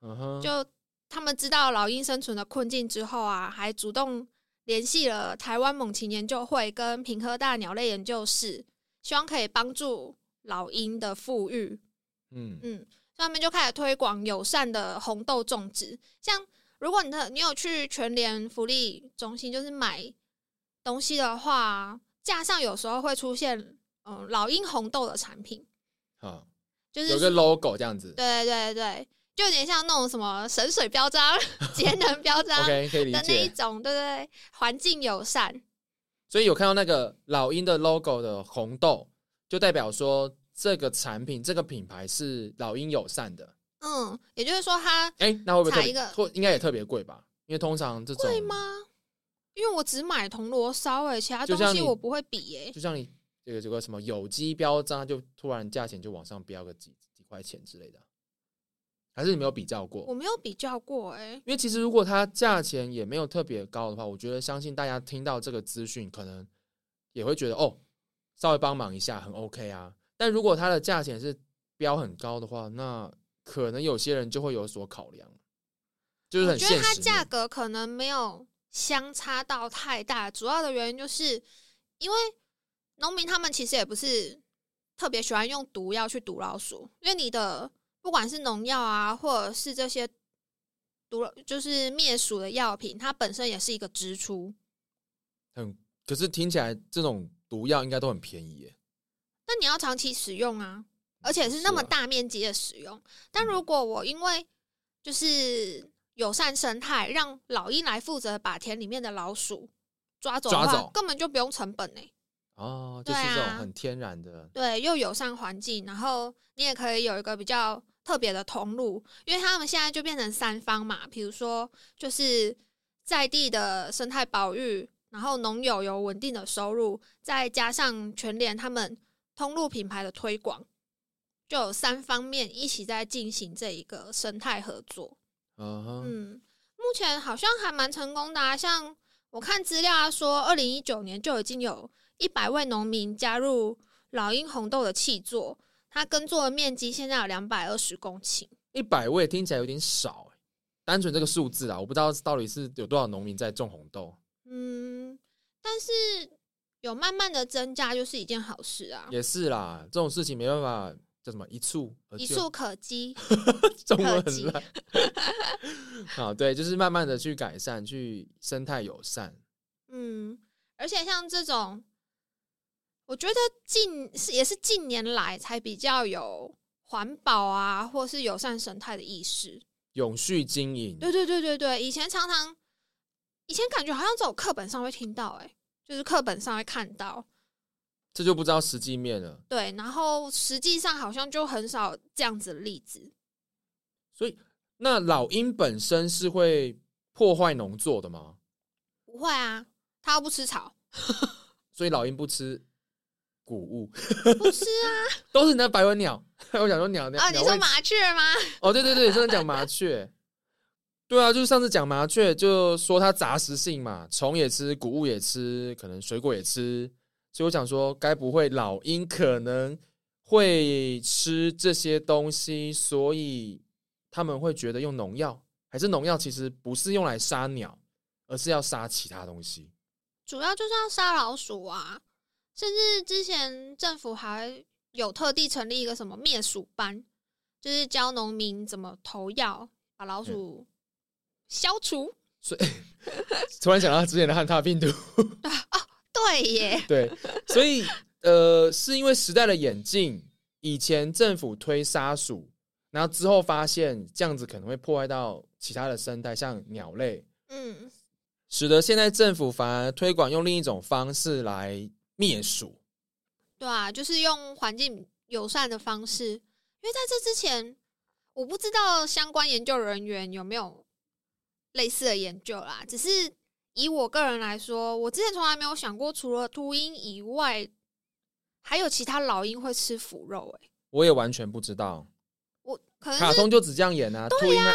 [SPEAKER 1] 嗯哼，
[SPEAKER 2] 就他们知道老鹰生存的困境之后啊，还主动联系了台湾猛禽研究会跟平科大鸟类研究室，希望可以帮助老鹰的富裕。
[SPEAKER 1] 嗯
[SPEAKER 2] 嗯，所以他们就开始推广友善的红豆种植。像如果你的你有去全联福利中心，就是买东西的话，架上有时候会出现嗯、呃老鹰红豆的产品，
[SPEAKER 1] 好，
[SPEAKER 2] 就
[SPEAKER 1] 有
[SPEAKER 2] 是
[SPEAKER 1] 个 logo 这样子
[SPEAKER 2] 对对对，就有点像那种什么省水标章、 节能标章啊的
[SPEAKER 1] ，OK 可以理
[SPEAKER 2] 那一
[SPEAKER 1] 解。
[SPEAKER 2] 种，对对对，环境友善。
[SPEAKER 1] 所以有看到那个老鹰的 logo 的红豆，就代表说这个产品、这个品牌是老鹰友善的。
[SPEAKER 2] 嗯，也就是说它
[SPEAKER 1] 哎、那会不会特
[SPEAKER 2] 采一
[SPEAKER 1] 别
[SPEAKER 2] 个
[SPEAKER 1] 会应该也特别贵吧？因为通常这种
[SPEAKER 2] 贵吗？因为我只买铜锣烧哎，其他
[SPEAKER 1] 就
[SPEAKER 2] 东
[SPEAKER 1] 像
[SPEAKER 2] 西
[SPEAKER 1] 你
[SPEAKER 2] 我不会比欸耶、
[SPEAKER 1] 就像你这个这个什么有机标章，它就突然价钱就往上标个几几块钱之类的，啊还是你没有比较过？
[SPEAKER 2] 我没有比较过哎、
[SPEAKER 1] 因为其实如果它价钱也没有特别高的话，我觉得相信大家听到这个资讯，可能也会觉得哦，稍微帮忙一下很 OK 啊。但如果它的价钱是标很高的话，那可能有些人就会有所考量，就是
[SPEAKER 2] 我
[SPEAKER 1] 很
[SPEAKER 2] 觉
[SPEAKER 1] 现
[SPEAKER 2] 得
[SPEAKER 1] 实
[SPEAKER 2] 它
[SPEAKER 1] 面。
[SPEAKER 2] 价格可能没有相差到太大，主要的原因就是因为农民他们其实也不是特别喜欢用毒药去毒老鼠，因为你的不管是农药啊，或者是这些毒就是灭鼠的药品，它本身也是一个支出。
[SPEAKER 1] 很，可是听起来这种毒药应该都很便宜耶。
[SPEAKER 2] 那你要长期使用啊，而且是那么
[SPEAKER 1] 嗯是啊嗯
[SPEAKER 2] 大面积的使用。但如果我因为就是友善生态，让老鹰来负责把田里面的老鼠抓走的
[SPEAKER 1] 抓
[SPEAKER 2] 话，
[SPEAKER 1] 走
[SPEAKER 2] 根本就不用成本呢、欸
[SPEAKER 1] 哦，就
[SPEAKER 2] 对
[SPEAKER 1] 是这种
[SPEAKER 2] 啊
[SPEAKER 1] 很天然的，
[SPEAKER 2] 对，又友善环境，然后你也可以有一个比较特别的通路，因为他们现在就变成三方嘛，比如说就是在地的生态保育，然后农友有稳定的收入，再加上全联他们通路品牌的推广，就有三方面一起在进行这一个生态合作。
[SPEAKER 1] 嗯哼，
[SPEAKER 2] 嗯，目前好像还蛮成功的、啊，像我看资料啊说，二零一九年就已经有一百位农民加入老鹰红豆的气作，它耕作的面积现在有两百二十公顷。
[SPEAKER 1] 一百位听起来有点少耶，单纯这个数字啊，我不知道到底是有多少农民在种红豆，
[SPEAKER 2] 嗯，但是有慢慢的增加，就是一件好事啊，
[SPEAKER 1] 也是啦，这种事情没办法叫什么一蹴而就
[SPEAKER 2] 一触可及。
[SPEAKER 1] 中文
[SPEAKER 2] 可
[SPEAKER 1] 很
[SPEAKER 2] 及
[SPEAKER 1] 烂。好，对，就是慢慢的去改善，去生态友善。
[SPEAKER 2] 嗯，而且像这种，我觉得近是也是近年来才比较有环保啊，或是友善生态的意识。
[SPEAKER 1] 永续经营，
[SPEAKER 2] 对对对对对，以前常常，以前感觉好像只有课本上会听到、欸，就是课本上会看到，
[SPEAKER 1] 这就不知道实际面了。
[SPEAKER 2] 对，然后实际上好像就很少这样子的例子。
[SPEAKER 1] 所以，那老鹰本身是会破坏农作的吗？
[SPEAKER 2] 不会啊，它又不吃草，
[SPEAKER 1] 所以老鹰不吃谷物，
[SPEAKER 2] 不吃
[SPEAKER 1] 都是那白文鸟。 我想说鸟
[SPEAKER 2] 啊！
[SPEAKER 1] 鸟
[SPEAKER 2] 啊，你
[SPEAKER 1] 鸟
[SPEAKER 2] 说
[SPEAKER 1] 会
[SPEAKER 2] 麻雀吗？
[SPEAKER 1] 哦，对对对，上次讲麻雀，对啊，就是上次讲麻雀，就说它杂食性嘛，虫也吃，谷物也吃，可能水果也吃，所以我想说，该不会老鹰可能会吃这些东西，所以他们会觉得用农药，还是农药其实不是用来杀鸟，而是要杀其他东西？
[SPEAKER 2] 主要就是要杀老鼠啊，甚至之前政府还有特地成立一个什么灭鼠班，就是教农民怎么投药把老鼠消除。
[SPEAKER 1] 突然想到之前的汉塔病毒，
[SPEAKER 2] 对耶，
[SPEAKER 1] 对，所以呃，是因为时代的演进，以前政府推杀鼠，然后之后发现这样子可能会破坏到其他的生态，像鸟类，
[SPEAKER 2] 嗯，
[SPEAKER 1] 使得现在政府反而推广用另一种方式来灭鼠。
[SPEAKER 2] 对啊，就是用环境友善的方式，因为在这之前，我不知道相关研究人员有没有类似的研究啦。只是以我个人来说，我之前从来没有想过，除了秃鹰以外，还有其他老鹰会吃腐肉、欸。
[SPEAKER 1] 我也完全不知道，
[SPEAKER 2] 可能
[SPEAKER 1] 卡
[SPEAKER 2] 是
[SPEAKER 1] 通就只这样演啊，对呀、啊，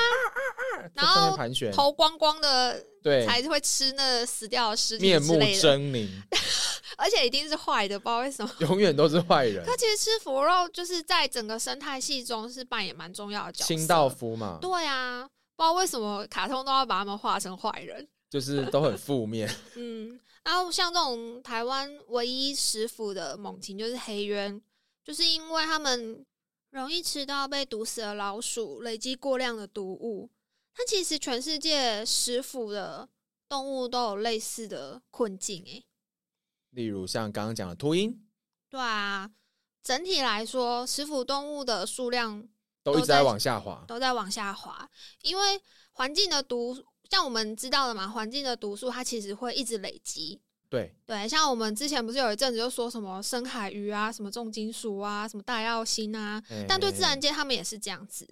[SPEAKER 2] 然
[SPEAKER 1] 在上面
[SPEAKER 2] 后
[SPEAKER 1] 盘旋，
[SPEAKER 2] 头光光的
[SPEAKER 1] 对，
[SPEAKER 2] 才会吃那死掉的尸体
[SPEAKER 1] 面
[SPEAKER 2] 之
[SPEAKER 1] 目
[SPEAKER 2] 类的，
[SPEAKER 1] 狰狞，
[SPEAKER 2] 而且一定是坏的，不知道为什么。
[SPEAKER 1] 永远都是坏人，
[SPEAKER 2] 可其实吃腐肉就是在整个生态系中是扮演蛮重要的角色。
[SPEAKER 1] 清道夫嘛，
[SPEAKER 2] 对啊，不知道为什么卡通都要把他们画成坏人。
[SPEAKER 1] 就是都很负面，
[SPEAKER 2] 嗯，然后像这种台湾唯一食腐的猛禽就是黑鸢，就是因为他们容易吃到被毒死的老鼠，累积过量的毒物。但其实全世界食腐的动物都有类似的困境、欸，
[SPEAKER 1] 例如像刚刚讲的秃鹰，
[SPEAKER 2] 对啊，整体来说，食腐动物的数量
[SPEAKER 1] 都一直在往下滑，
[SPEAKER 2] 都在往下滑，因为环境的毒，像我们知道的嘛，环境的毒素它其实会一直累积。
[SPEAKER 1] 对，
[SPEAKER 2] 对，像我们之前不是有一阵子就说什么深海鱼啊、什么重金属啊、什么大药锌啊，但对自然
[SPEAKER 1] 哎
[SPEAKER 2] 界他们也是这样子，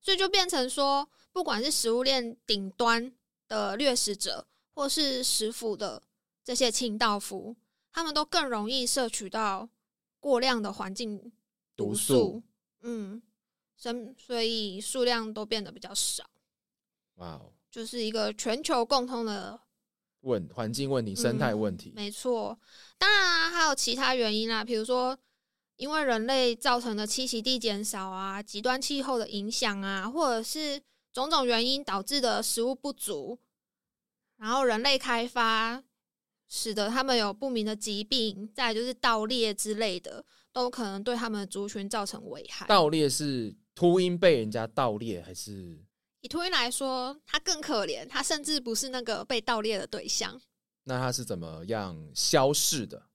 [SPEAKER 2] 所以就变成说，不管是食物链顶端的掠食者，或是食腐的这些清道夫，他们都更容易摄取到过量的环境
[SPEAKER 1] 毒
[SPEAKER 2] 素。
[SPEAKER 1] 素
[SPEAKER 2] 嗯，生所以数量都变得比较少，
[SPEAKER 1] 哇哦，
[SPEAKER 2] 就是一个全球共通的
[SPEAKER 1] 问环境问题、生态问题，
[SPEAKER 2] 嗯没错，当然啊，还有其他原因啦，比如说因为人类造成的栖息地减少啊、极端气候的影响啊，或者是种种原因导致的食物不足，然后人类开发使得他们有不明的疾病，再来就是盗猎之类的，都可能对他们的族群造成危害。
[SPEAKER 1] 盗猎是秃鹰被人家盗猎还是？
[SPEAKER 2] 以秃鹰来说，它更可怜，它甚至不是那个被盗猎的对象。
[SPEAKER 1] 那它是怎么样消逝的？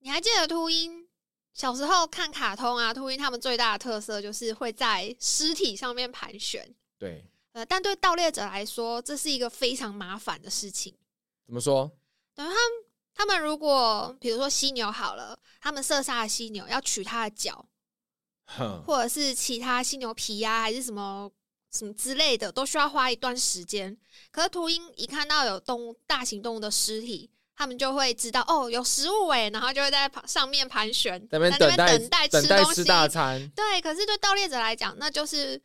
[SPEAKER 2] 你还记得秃鹰？小时候看卡通啊，秃鹰他们最大的特色就是会在尸体上面盘旋。
[SPEAKER 1] 对，
[SPEAKER 2] 呃，但对盗猎者来说，这是一个非常麻烦的事情。
[SPEAKER 1] 怎么说？
[SPEAKER 2] 他们如果比如说犀牛好了，他们射杀了犀牛，要取它的角，
[SPEAKER 1] 哼，
[SPEAKER 2] 或者是其他犀牛皮啊，还是什么什么之类的，都需要花一段时间。可是秃鹰一看到有动物大型动物的尸体，他们就会知道哦有食物哎，然后就会在旁上面盘旋，
[SPEAKER 1] 在那边
[SPEAKER 2] 在
[SPEAKER 1] 等待
[SPEAKER 2] 待等待
[SPEAKER 1] 等
[SPEAKER 2] 吃
[SPEAKER 1] 待
[SPEAKER 2] 东
[SPEAKER 1] 吃
[SPEAKER 2] 西。
[SPEAKER 1] 大餐，
[SPEAKER 2] 对，可是对盗猎者来讲，那就是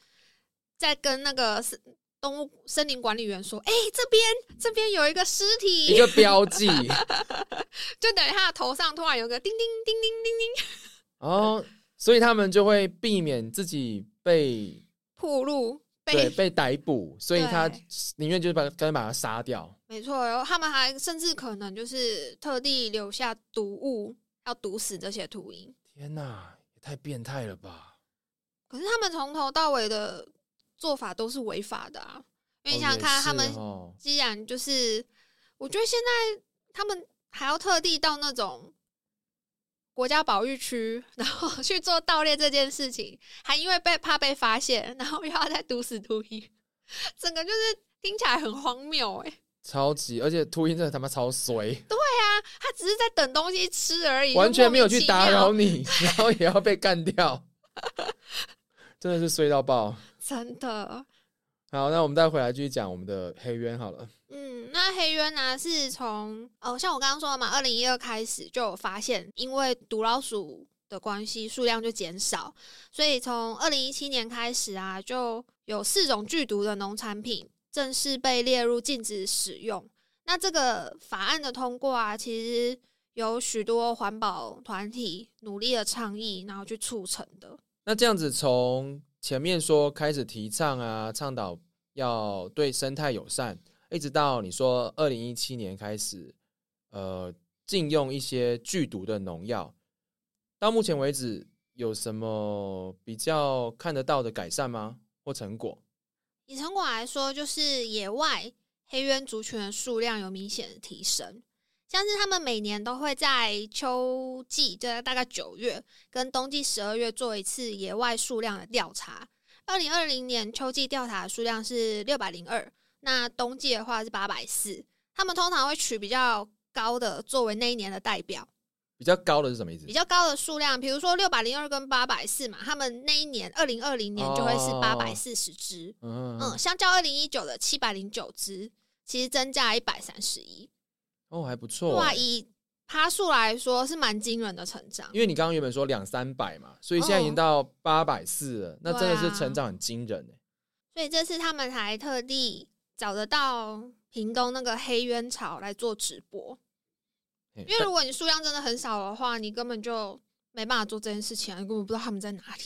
[SPEAKER 2] 在跟那个森动物森林管理员说：“哎、这边这边有一个尸体
[SPEAKER 1] 一，个标记。
[SPEAKER 2] 就等于他的头上突然有个叮叮叮叮叮
[SPEAKER 1] 哦，所以他们就会避免自己被
[SPEAKER 2] 铺路
[SPEAKER 1] 对
[SPEAKER 2] 被
[SPEAKER 1] 被逮捕，所以他
[SPEAKER 2] 对
[SPEAKER 1] 宁愿就是把干脆把它杀掉。
[SPEAKER 2] 没错，然后他们还甚至可能就是特地留下毒物，要毒死这些秃鹰。
[SPEAKER 1] 天哪，也太变态了吧！
[SPEAKER 2] 可是他们从头到尾的做法都是违法的啊！因为你
[SPEAKER 1] 哦
[SPEAKER 2] 想想看，他
[SPEAKER 1] 也
[SPEAKER 2] 们
[SPEAKER 1] 是哦
[SPEAKER 2] 既然就是，我觉得现在他们还要特地到那种国家保育区， 然后去做盗猎这件事情，还因为被怕被发现，然后又要再毒死秃鹰，整个就是听起来很荒谬哎、
[SPEAKER 1] 超级，而且秃鹰真的他妈超衰，
[SPEAKER 2] 他只是在等东西吃而已，
[SPEAKER 1] 完全没有
[SPEAKER 2] 就
[SPEAKER 1] 去
[SPEAKER 2] 莫名其
[SPEAKER 1] 打
[SPEAKER 2] 妙
[SPEAKER 1] 扰你， 然后也要被干 掉，真的是衰到爆。
[SPEAKER 2] 真的。
[SPEAKER 1] 好，那我们再回来继续讲我们的黑渊好了。
[SPEAKER 2] 嗯，那黑鸢呢、是从哦，像我刚刚说的嘛，二零一二开始就有发现，因为毒老鼠的关系，数量就减少，所以从二零一七年开始啊，就有四种剧毒的农产品正式被列入禁止使用。那这个法案的通过啊，其实有许多环保团体努力的倡议，然后去促成的。
[SPEAKER 1] 那这样子从前面说开始提倡啊，倡导要对生态友善，一直到你说二零一七年开始，呃，禁用一些剧毒的农药，到目前为止有什么比较看得到的改善吗？或成果？
[SPEAKER 2] 以成果来说，就是野外黑鸢族群的数量有明显的提升，像是他们每年都会在秋季，就大概九月跟冬季十二月做一次野外数量的调查。二零二零年秋季调查的数量是六百零二，那冬季的话是八百四。他们通常会取比较高的作为那一年的代表，
[SPEAKER 1] 比较高的是什么意思
[SPEAKER 2] 比？较高的数量，比如说六百零二跟八百四嘛，他们那一年二零二零年就会是
[SPEAKER 1] 哦
[SPEAKER 2] 八百四十只。
[SPEAKER 1] 嗯
[SPEAKER 2] 嗯，相较二零一九的七百零九只，其实增加一百三十一。
[SPEAKER 1] 哦，还不错
[SPEAKER 2] 哇，
[SPEAKER 1] 欸。
[SPEAKER 2] 以趴数来说是蛮惊人的成长。
[SPEAKER 1] 因为你刚刚原本说两三百嘛，所以现在已经
[SPEAKER 2] 哦
[SPEAKER 1] 到八百四了，那真的是
[SPEAKER 2] 对啊
[SPEAKER 1] 成长很惊人、欸、
[SPEAKER 2] 所以这次他们还特地找得到屏东那个黑鸢草来做直播，
[SPEAKER 1] 嘿
[SPEAKER 2] 因为
[SPEAKER 1] 但
[SPEAKER 2] 如果你数量真的很少的话，你根本就没办法做这件事情、啊，你根本不知道他们在哪里。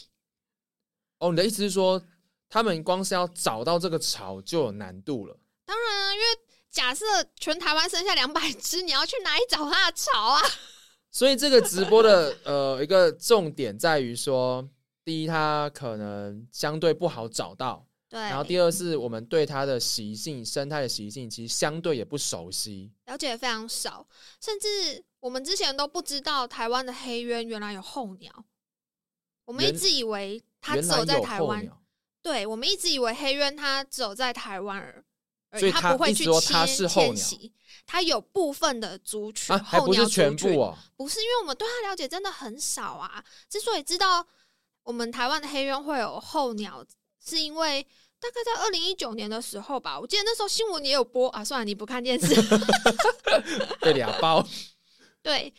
[SPEAKER 1] 哦，你的意思是说，他们光是要找到这个巢就有难度了？
[SPEAKER 2] 当然啊，因为假设全台湾剩下两百只，你要去哪里找它的巢啊？
[SPEAKER 1] 所以这个直播的呃一个重点在于说，第一，它可能相对不好找到；
[SPEAKER 2] 对，
[SPEAKER 1] 然后第二是我们对它的习性、生态的习性，其实相对也不熟悉。
[SPEAKER 2] 了解得非常少，甚至我们之前都不知道台湾的黑鸢原来有候鸟，我们一
[SPEAKER 1] 原
[SPEAKER 2] 直以为它
[SPEAKER 1] 原
[SPEAKER 2] 只
[SPEAKER 1] 来
[SPEAKER 2] 有在
[SPEAKER 1] 有
[SPEAKER 2] 台
[SPEAKER 1] 候
[SPEAKER 2] 湾，
[SPEAKER 1] 鸟，
[SPEAKER 2] 对我们一直以为黑鸢它只有在台湾而而
[SPEAKER 1] 所以
[SPEAKER 2] 它
[SPEAKER 1] 它
[SPEAKER 2] 不会
[SPEAKER 1] 一直
[SPEAKER 2] 去
[SPEAKER 1] 说
[SPEAKER 2] 迁
[SPEAKER 1] 它是候
[SPEAKER 2] 迁
[SPEAKER 1] 鸟
[SPEAKER 2] 徙，它有部分的族群、
[SPEAKER 1] 啊，还
[SPEAKER 2] 候
[SPEAKER 1] 不
[SPEAKER 2] 鸟
[SPEAKER 1] 是
[SPEAKER 2] 族
[SPEAKER 1] 全部
[SPEAKER 2] 群
[SPEAKER 1] 哦。
[SPEAKER 2] 不是因为我们对它了解真的很少啊。之所以知道我们台湾的黑鸢会有候鸟，是因为大概在二零一九年的时候吧，我记得那时候新闻也有播啊。算了，你不看电视，
[SPEAKER 1] 对俩 包，
[SPEAKER 2] 对，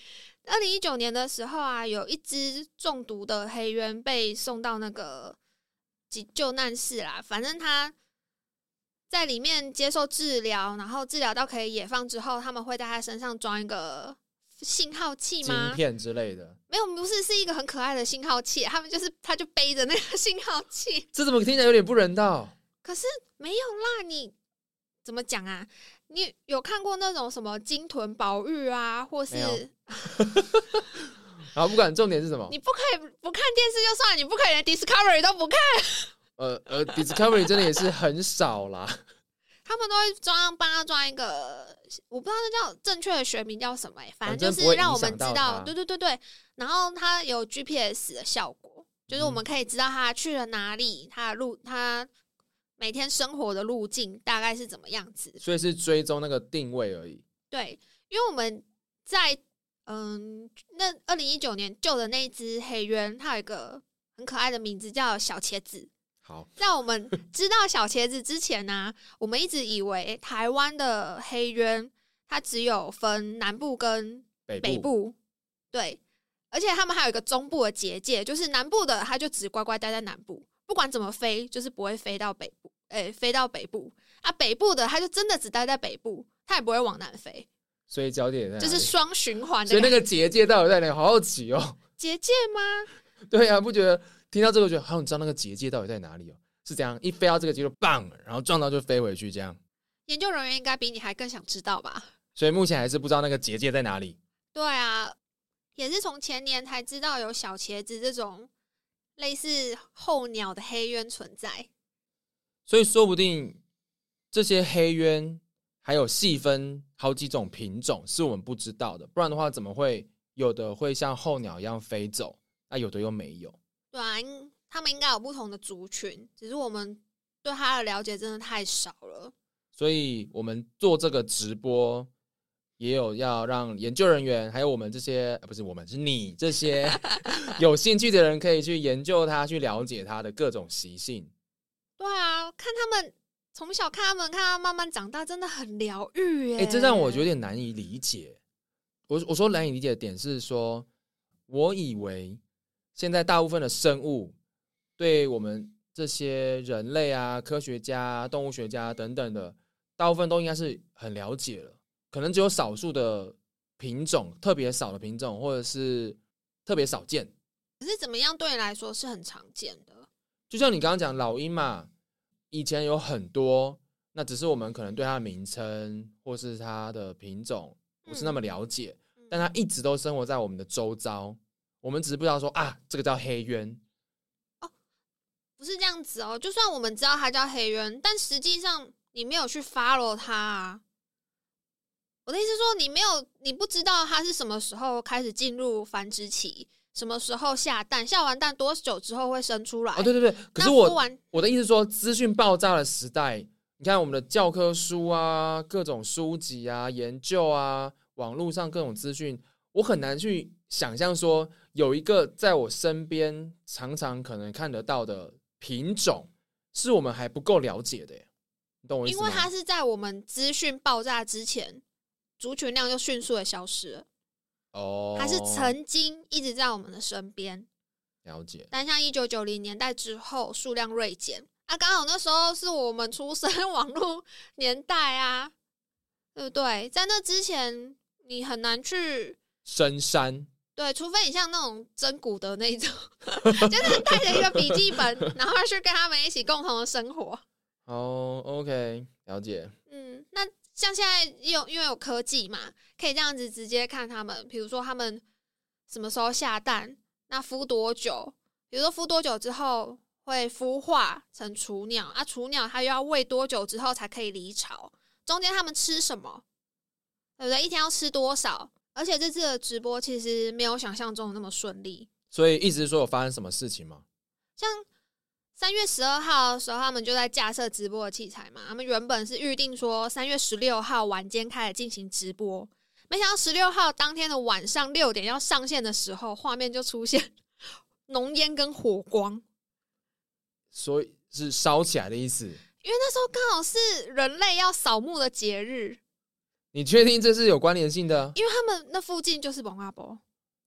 [SPEAKER 2] 二零一九年的时候啊，有一只中毒的黑鸢被送到那个急救难室啦。反正它在里面接受治疗，然后治疗到可以野放之后，他们会在它身上装一个信号器
[SPEAKER 1] 晶
[SPEAKER 2] 吗？
[SPEAKER 1] 片之类的，
[SPEAKER 2] 没有，不是，是一个很可爱的信号器。他们就是，他就背着那个 信号器。
[SPEAKER 1] 这怎么听起来有点不人道？
[SPEAKER 2] 可是没有啦，你怎么讲啊？你有看过那种什么鲸豚保育啊，或
[SPEAKER 1] 没有
[SPEAKER 2] 是
[SPEAKER 1] 然后不管重点是什么，
[SPEAKER 2] 你不可以不看电视就算，你不可以连 Discovery 都不看，
[SPEAKER 1] 呃呃，Discovery 真的也是很少啦。
[SPEAKER 2] 他们都会装帮他装一个，我不知道那叫正确的学名叫什么、欸，反正
[SPEAKER 1] 反正
[SPEAKER 2] 就
[SPEAKER 1] 不
[SPEAKER 2] 是
[SPEAKER 1] 会
[SPEAKER 2] 让我们
[SPEAKER 1] 影
[SPEAKER 2] 知
[SPEAKER 1] 响到
[SPEAKER 2] 道，
[SPEAKER 1] 他
[SPEAKER 2] 对对对对，然后它有 GPS 的效果，就是我
[SPEAKER 1] 嗯
[SPEAKER 2] 们可以知道他去了哪里，他的路，他每天生活的路径大概是怎么样子，
[SPEAKER 1] 所以是追踪那个定位而已。
[SPEAKER 2] 对，因为我们在嗯，那二零一九年救的那一只黑鸢，它有一个很可爱的名字叫小茄子。
[SPEAKER 1] 好，
[SPEAKER 2] 在我们知道小茄子之前呢、 我们一直以为台湾的黑鸢它只有分南部跟
[SPEAKER 1] 北部
[SPEAKER 2] 北部，对，而且他们还有一个中部的结界，就是南部的它就只乖乖待在南部，不管怎么飞，就是不会飞到北部，诶、飞到北部啊，北部的它就真的只待在北部，它也不会往南飞，
[SPEAKER 1] 所以焦点在哪
[SPEAKER 2] 就
[SPEAKER 1] 里
[SPEAKER 2] 是双循环
[SPEAKER 1] 所
[SPEAKER 2] 的
[SPEAKER 1] 以那
[SPEAKER 2] 感
[SPEAKER 1] 个结界到底在哪里？好好奇哦。
[SPEAKER 2] 结界吗？
[SPEAKER 1] 对啊，不觉得听到这个觉得好，你知道那个结界到底在哪里哦？是这样，一飞到这个结就棒，然后撞到就飞回去这样。
[SPEAKER 2] 研究人员应该比你还更想知道吧？
[SPEAKER 1] 所以目前还是不知道那个结界在哪里。
[SPEAKER 2] 对啊，也是从前年才知道有小茄子这种类似候鸟的黑鸢存在。
[SPEAKER 1] 所以说不定这些黑鸢还有细分好几种品种是我们不知道的，不然的话怎么会有的会像候鸟一样飞走，那、有的又没有？
[SPEAKER 2] 对啊，应他们应该有不同的族群，只是我们对它的了解真的太少了。
[SPEAKER 1] 所以我们做这个直播，也有要让研究人员，还有我们这些呃不是我们是你这些有兴趣的人，可以去研究它，去了解它的各种习性。
[SPEAKER 2] 对啊，看他们从小看他们，看他慢慢长大，真的很疗愈耶。
[SPEAKER 1] 哎、这让我有
[SPEAKER 2] 得
[SPEAKER 1] 点难以理解。我我说难以理解的点是说，我以为现在大部分的生物对我们这些人类啊、科学家啊、动物学家啊等等的，大部分都应该是很了解了，可能只有少数的品种特别少的品种，或者是特别少见。
[SPEAKER 2] 可是怎么样对你来说是很常见的。
[SPEAKER 1] 就像你刚刚讲老鹰嘛，以前有很多，那只是我们可能对它的名称或是它的品种不是那么了解，
[SPEAKER 2] 嗯
[SPEAKER 1] 但它一直都生活在我们的周遭，我们只是不知道说啊，这个叫黑鸢，
[SPEAKER 2] 不是这样子哦，就算我们知道它叫黑鸢，但实际上你没有去 follow 它啊。我的意思是说，你没有，你不知道它是什么时候开始进入繁殖期，什么时候下蛋，下完蛋多久之后会生出来。
[SPEAKER 1] 哦，对对对。可
[SPEAKER 2] 哎那
[SPEAKER 1] 是
[SPEAKER 2] 孵
[SPEAKER 1] 我
[SPEAKER 2] 完
[SPEAKER 1] 我的意思是说，资讯爆炸的时代，你看我们的教科书啊、各种书籍啊、研究啊、网络上各种资讯，我很难去想象说有一个在我身边常常可能看得到的品种，是我们还不够了解的耶。你懂我意
[SPEAKER 2] 因
[SPEAKER 1] 思吗
[SPEAKER 2] 为？它是在我们资讯爆炸之前，族群量就迅速的消失了。
[SPEAKER 1] 哦，
[SPEAKER 2] 它是曾经一直在我们的身边，
[SPEAKER 1] 了解，
[SPEAKER 2] 但像一九九零年代之后数量锐减啊，刚好那时候是我们出生 网络年代啊，对不对？在那之前，你很难去
[SPEAKER 1] 深山
[SPEAKER 2] 对，除非你像那种真古的那一种， 就是带着一个笔记本，然后去跟他们一起共同的生活。
[SPEAKER 1] 哦，OK，了解，
[SPEAKER 2] 嗯，那像现在有因为有科技嘛，可以这样子直接看他们，比如说他们什么时候下蛋，那孵多久，比如说孵多久之后会孵化成雏鸟啊，雏鸟它又要喂多久之后才可以离巢，中间他们吃什么，对不对？一天要吃多少？而且这次的直播其实没有想象中的那么顺利，
[SPEAKER 1] 所以一直说有发生什么事情吗？
[SPEAKER 2] 像三月十二号的时候，他们就在架设直播的器材嘛。他们原本是预定说三月十六号晚间开始进行直播，没想到十六号当天的晚上六点要上线的时候，画面就出现 浓烟跟火光，
[SPEAKER 1] 所以是烧起来的意思。
[SPEAKER 2] 因为那时候刚好是人类要扫墓的节日，
[SPEAKER 1] 你确定这是有关联性的？
[SPEAKER 2] 因为他们那附近就是蒙阿波。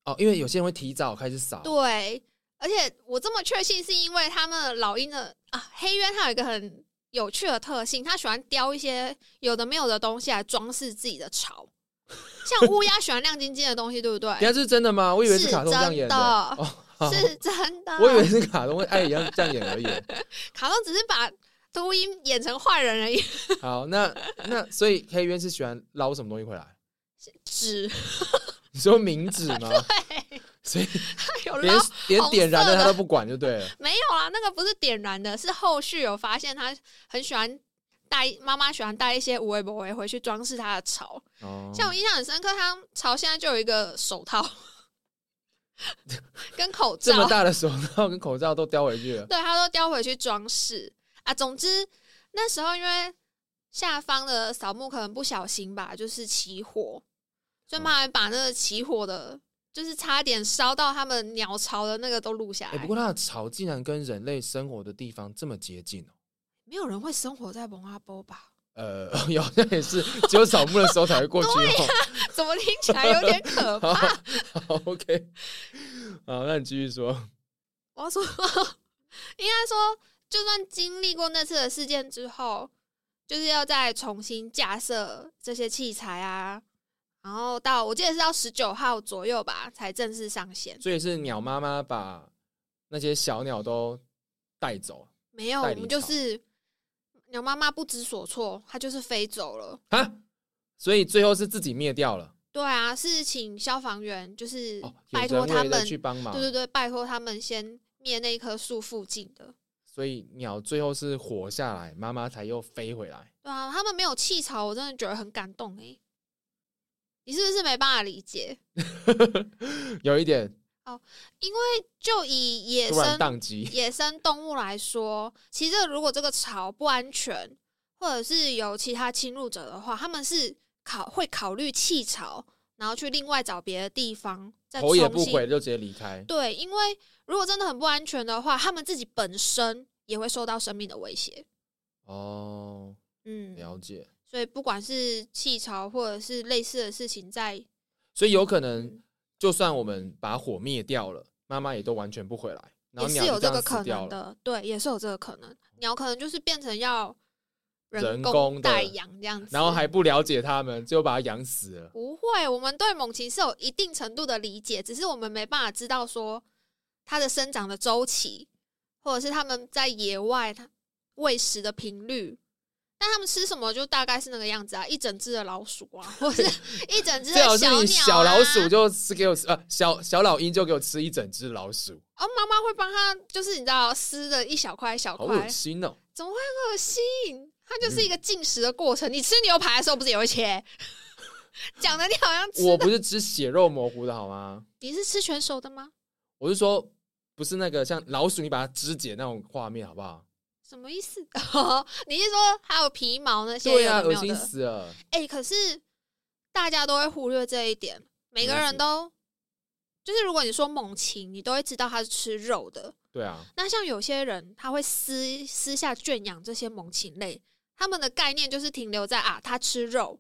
[SPEAKER 1] 哦，因为有些人会提早开始扫，
[SPEAKER 2] 对，而且我这么确信是因为他们老鹰的啊，黑鸢它有一个很有趣的特性，它喜欢叼一些有的没有的东西来装饰自己的巢，像乌鸦喜欢亮晶晶的东西，对不对？
[SPEAKER 1] 等一下这是真的吗？我以为是卡通这样演
[SPEAKER 2] 真的，
[SPEAKER 1] 哦， 好
[SPEAKER 2] 是真的。
[SPEAKER 1] 我以为是卡通，哎，一样这样演 而已。
[SPEAKER 2] 卡通只是把秃鹰演成坏人而已，
[SPEAKER 1] 好，那那所以黑渊是喜欢捞什么东西回来？
[SPEAKER 2] 纸
[SPEAKER 1] 你说明纸 吗？ 所以
[SPEAKER 2] 有
[SPEAKER 1] 连
[SPEAKER 2] 捞
[SPEAKER 1] 连
[SPEAKER 2] 红
[SPEAKER 1] 点燃
[SPEAKER 2] 色
[SPEAKER 1] 的他
[SPEAKER 2] 的
[SPEAKER 1] 都不管就对了。
[SPEAKER 2] 没有啊？那个不是点燃的，是后续有发现它很喜欢带妈妈喜欢带一些无为不为回去装饰它的巢。
[SPEAKER 1] 哦，
[SPEAKER 2] 像我印象很深刻，他朝现在就有一个手 套跟口
[SPEAKER 1] 这么
[SPEAKER 2] 罩，
[SPEAKER 1] 大的手套跟口罩都叼回去了。
[SPEAKER 2] 对，他都叼回去装饰啊。总之那时候因为下方的扫墓可能不小心吧，就是起火，
[SPEAKER 1] 哦
[SPEAKER 2] 所以妈妈把那个起火的，就是差点烧到他们鸟巢的那个都录下
[SPEAKER 1] 哎，
[SPEAKER 2] 来。
[SPEAKER 1] 不过它的巢竟然跟人类生活的地方这么接近哦。
[SPEAKER 2] 没有人会生活在蒙阿波吧？
[SPEAKER 1] 呃， 有那也是只有扫墓的时候才会过 去哦。
[SPEAKER 2] 怎么听起来有点可怕？
[SPEAKER 1] 好，OK，好，那你继续说。
[SPEAKER 2] 我要说， 应该说，就算经历过那次的事件之后，就是要再重新架设这些器材啊，然后到我记得是到十九号左右吧，才正式上线。
[SPEAKER 1] 所以是鸟妈妈把那些小鸟都带走
[SPEAKER 2] 没有，
[SPEAKER 1] 代
[SPEAKER 2] 我
[SPEAKER 1] 理
[SPEAKER 2] 们就
[SPEAKER 1] 草
[SPEAKER 2] 是鸟妈妈不知所措，它就是飞走了。
[SPEAKER 1] 啊，所以最后是自己灭掉了。
[SPEAKER 2] 对啊，是请消防员，就是
[SPEAKER 1] 哦，有
[SPEAKER 2] 拜
[SPEAKER 1] 人
[SPEAKER 2] 托他
[SPEAKER 1] 为了
[SPEAKER 2] 们，
[SPEAKER 1] 去帮忙
[SPEAKER 2] 对，对对，拜托他们先灭那一棵树附近的。
[SPEAKER 1] 所以鸟最后是活下来，妈妈才又飞回来。
[SPEAKER 2] 对啊，他们没有气槽，我真的觉得很感动哎、你是不是没办法理解？
[SPEAKER 1] 有一点
[SPEAKER 2] 就以野
[SPEAKER 1] 突然
[SPEAKER 2] 生
[SPEAKER 1] 宕机，
[SPEAKER 2] 野生动物来说，其实如果这个巢不安全，或者是有其他侵入者的话，他们是考会考虑弃巢，然后去另外找别的地方再重
[SPEAKER 1] 头也不
[SPEAKER 2] 新。
[SPEAKER 1] 回就直接离开。
[SPEAKER 2] 对，因为如果真的很不安全的话，他们自己本身也会受到生命的威胁。
[SPEAKER 1] 哦，
[SPEAKER 2] 嗯，
[SPEAKER 1] 了解。
[SPEAKER 2] 所以不管是弃巢或者是类似的事情在，
[SPEAKER 1] 所以有可能
[SPEAKER 2] 嗯，
[SPEAKER 1] 就算我们把火灭掉了，妈妈也都完全不回来，然
[SPEAKER 2] 也
[SPEAKER 1] 后鸟
[SPEAKER 2] 是
[SPEAKER 1] 就
[SPEAKER 2] 有这
[SPEAKER 1] 样
[SPEAKER 2] 个可
[SPEAKER 1] 死掉
[SPEAKER 2] 能
[SPEAKER 1] 了。
[SPEAKER 2] 的，对，也是有这个可能。鸟可能就是变成要
[SPEAKER 1] 人
[SPEAKER 2] 人
[SPEAKER 1] 工的
[SPEAKER 2] 工代养这样子，
[SPEAKER 1] 然后还不了解他们，就把它养死了。
[SPEAKER 2] 不会，我们对猛禽是有一定程度的理解，只是我们没办法知道说它的生长的周期，或者是它们在野外它喂食的频率。但它们吃什么就大概是那个样子啊，一整只的老鼠啊，或者 是一整只
[SPEAKER 1] 最好
[SPEAKER 2] 的
[SPEAKER 1] 是
[SPEAKER 2] 鸟、啊、
[SPEAKER 1] 你小老鼠就吃给我吃，呃，小小老鹰就给我吃一整只老鼠，
[SPEAKER 2] 哦，妈妈会帮它，就是你知道撕的一小块一小
[SPEAKER 1] 好
[SPEAKER 2] 块
[SPEAKER 1] 恶，心哦！
[SPEAKER 2] 怎么会很恶心？它就是一个进食的过程。你吃牛排的时候不是也会切？ 讲的你好像吃
[SPEAKER 1] 我不是吃血肉模糊的好吗？
[SPEAKER 2] 你是吃全熟的吗？
[SPEAKER 1] 我是说，不是那个像老鼠你把它肢解那种画面，好不好？
[SPEAKER 2] 什么意思？ 你是说还有皮毛那些
[SPEAKER 1] 对啊，
[SPEAKER 2] 有的
[SPEAKER 1] 恶
[SPEAKER 2] 没有
[SPEAKER 1] 心
[SPEAKER 2] 的？
[SPEAKER 1] 死了！
[SPEAKER 2] 哎、可是大家都会忽略这一点，每个
[SPEAKER 1] 什么意
[SPEAKER 2] 人
[SPEAKER 1] 思
[SPEAKER 2] 都就是如果你说猛禽，你都会知道它是吃肉的。
[SPEAKER 1] 对啊，
[SPEAKER 2] 那像有些人他会私私下圈养这些猛禽类，他们的概念就是停留在啊，它吃肉，